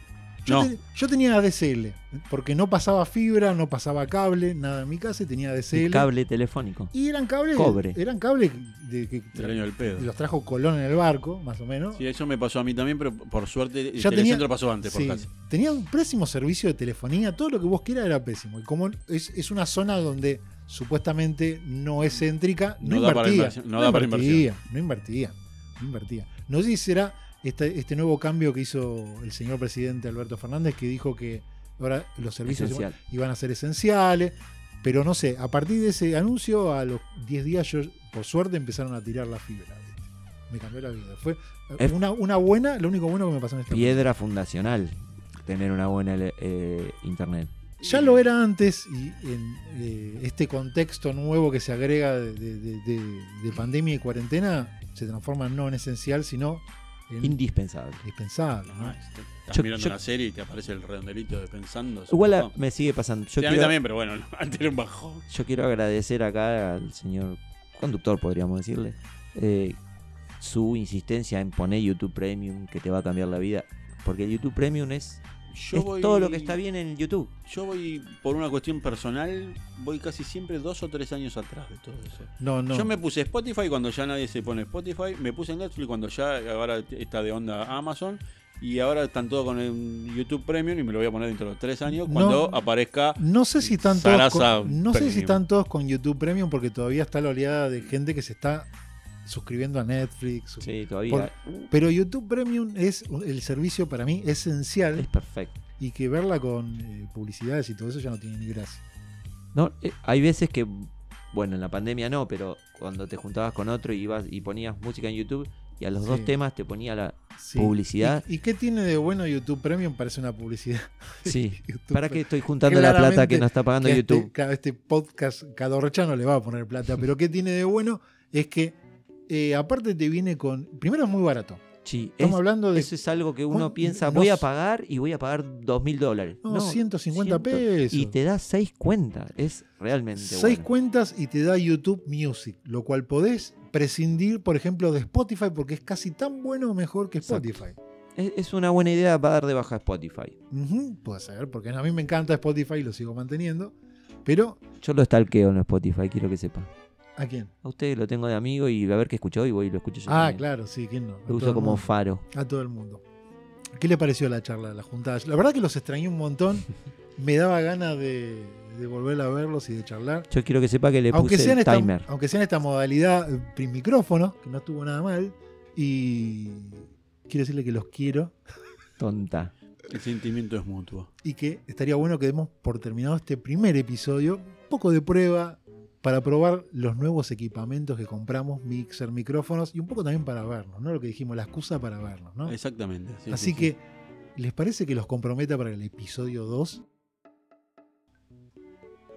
C: Yo,
E: no,
C: ten- yo tenía ADSL, porque no pasaba fibra, no pasaba cable, nada en mi casa y tenía ADSL.
D: El cable telefónico.
C: Y eran cables.
D: Cobre.
C: Eran cables de, que
E: del año del pedo.
C: los trajo Colón en el barco, más o menos.
E: Sí, eso me pasó a mí también, pero por suerte el
C: Ya tenía-
E: Telecentro pasó antes,
C: Sí,
E: por casi.
C: tenía un pésimo servicio de telefonía, todo lo que vos quieras era pésimo. Y como es, es una zona donde supuestamente no es céntrica, no,
E: No da para
C: invertía.
E: inversión, no da para
C: invertía, No invertía, no invertía. No sé si será este, este nuevo cambio que hizo el señor presidente Alberto Fernández, que dijo que ahora los servicios iban-
D: Esencial.
C: iban a ser esenciales. Pero no sé, a partir de ese anuncio, a los 10 días, yo, por suerte, empezaron a tirar la fibra. ¿viste? Me cambió la vida. Fue
D: Es-
C: una, una buena, lo único bueno que me pasó en este
D: Piedra fundacional. Tener una buena eh, internet.
C: Ya lo era antes y en eh, este contexto nuevo que se agrega de, de- de- de- de pandemia y cuarentena se transforma no en esencial, sino en
D: Indispensable.
C: indispensable. ¿no?
E: Ah, este- Estás
D: Yo-
E: mirando
D: yo-
E: una serie y te aparece el redondelito de pensando.
D: Igual a-
E: supongo.
D: me sigue pasando. Yo
E: Sí, a mí
D: quiero-
E: también, pero bueno, [laughs] antes era un bajón.
D: Yo quiero agradecer acá al señor conductor, podríamos decirle, eh, su insistencia en poner YouTube Premium, que te va a cambiar la vida. Porque el YouTube Premium es,
E: Yo
D: es todo lo que está bien en YouTube.
E: Yo voy, por una cuestión personal, voy casi siempre dos o tres años atrás de todo eso.
C: No, no.
E: Yo me puse Spotify cuando ya nadie se pone Spotify, me puse Netflix cuando ya ahora está de onda Amazon y ahora están todos con el YouTube Premium y me lo voy a poner dentro de tres años
C: No.
E: cuando aparezca
C: No sé si están todos
E: Sarasa
C: con, no sé si
E: Premium.
C: están todos con YouTube Premium porque todavía está la oleada de gente que se está suscribiendo a Netflix. su-
D: Sí, todavía.
C: Pero YouTube Premium es un- el servicio para mí
D: Es
C: esencial
D: perfecto.
C: y que verla con eh, publicidades y todo eso ya no tiene ni gracia.
D: No, eh, hay veces que, bueno, en la pandemia no, pero cuando te juntabas con otro y, ibas, y ponías música en YouTube y a los dos
C: Sí.
D: temas te ponía la...
C: Sí.
D: Publicidad.
C: ¿Y, y qué tiene de bueno YouTube Premium? Parece una publicidad. [laughs]
D: Sí.
C: YouTube
D: ¿Para qué estoy juntando la plata
C: Claramente
D: que nos está pagando
C: que a
D: YouTube?
C: Este, claro, este podcast Cadorcha no le va a poner plata, pero qué tiene de bueno es que eh, aparte te viene con. Primero es muy barato.
D: Sí, es-
C: Estamos hablando de
D: Eso es algo que uno
C: Bueno,
D: piensa,
C: no
D: voy a
C: s-
D: pagar y voy a pagar dos mil dólares.
C: no, 150 pesos.
D: Y te da seis cuentas. Es realmente
C: seis
D: bueno.
C: cuentas y te da YouTube Music, lo cual podés prescindir, por ejemplo, de Spotify porque es casi tan bueno o mejor que
D: Exacto.
C: Spotify.
D: Es, es una buena idea para dar de baja a Spotify.
C: Ujú, puede ser, porque a mí me encanta Spotify y lo sigo manteniendo. Pero,
D: Yo lo stalkeo en Spotify, quiero que sepa.
C: ¿a quién?
D: A usted lo tengo de amigo y a ver qué escuchó y voy y lo escucho yo.
C: Ah,
D: también.
C: claro, sí, ¿quién no? A
D: Eh, Lo
C: todo el
D: uso como
C: mundo.
D: faro.
C: a todo el mundo. ¿Qué le pareció la charla, la juntada? La verdad que los extrañé un
D: [laughs]
C: montón. Me daba ganas de, de volver a verlos y de charlar.
D: Yo quiero que sepa que le
C: Aunque
D: puse
C: sea, en esta,
D: timer.
C: aunque sea en esta modalidad eh, prim micrófono, que no estuvo nada mal. Y quiero decirle que los quiero
D: Tonta.
E: el sentimiento es mutuo.
C: y que estaría bueno que demos por terminado este primer episodio. Un poco de prueba para probar los nuevos equipamientos que compramos, mixer, micrófonos y un poco también para vernos, ¿no? Lo que dijimos, la excusa para vernos, ¿no?
E: Exactamente. sí,
C: Ah. Así
E: sí,
C: que,
E: sí.
C: ¿les parece que los comprometa para el episodio 2?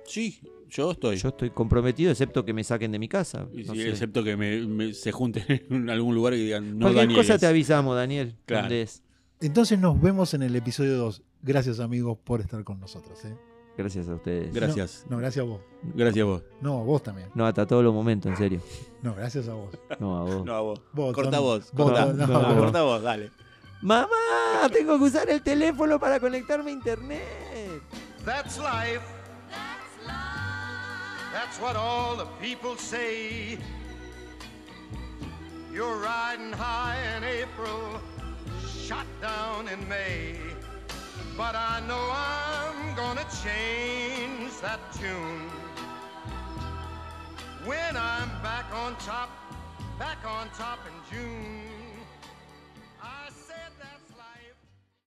E: Sí, yo estoy.
D: Yo estoy comprometido, excepto que me saquen de mi casa.
E: Y
D: No
E: sí,
D: sé.
E: Excepto que me, me- se junten [laughs] en algún lugar y digan, no,
D: Cualquier
E: Danieles.
D: cosa te avisamos, Daniel.
E: Claro.
D: ¿Dónde es?
C: Entonces nos vemos en el episodio 2. Gracias amigos por estar con nosotros. ¿eh?
D: Gracias a ustedes.
E: Gra- Gracias.
C: No, no, gracias a vos.
E: Gracias a vos.
C: No, a vos también.
D: no, hasta todos los momentos, en serio.
C: No, gracias a vos.
D: No, a vos.
E: No, a vos.
C: Vos,
E: corta
C: Tony.
E: vos.
C: Vos,
E: Corta,
C: Tony. No,
E: No,
C: vos.
E: corta vos, dale.
D: Mamá, tengo que usar el teléfono para conectarme a internet.
A: That's life.
B: That's life.
A: That's what all the people say. You're riding high in April. shot down in May. But I know I'm gonna change that tune. When I'm back on top, back on top in June.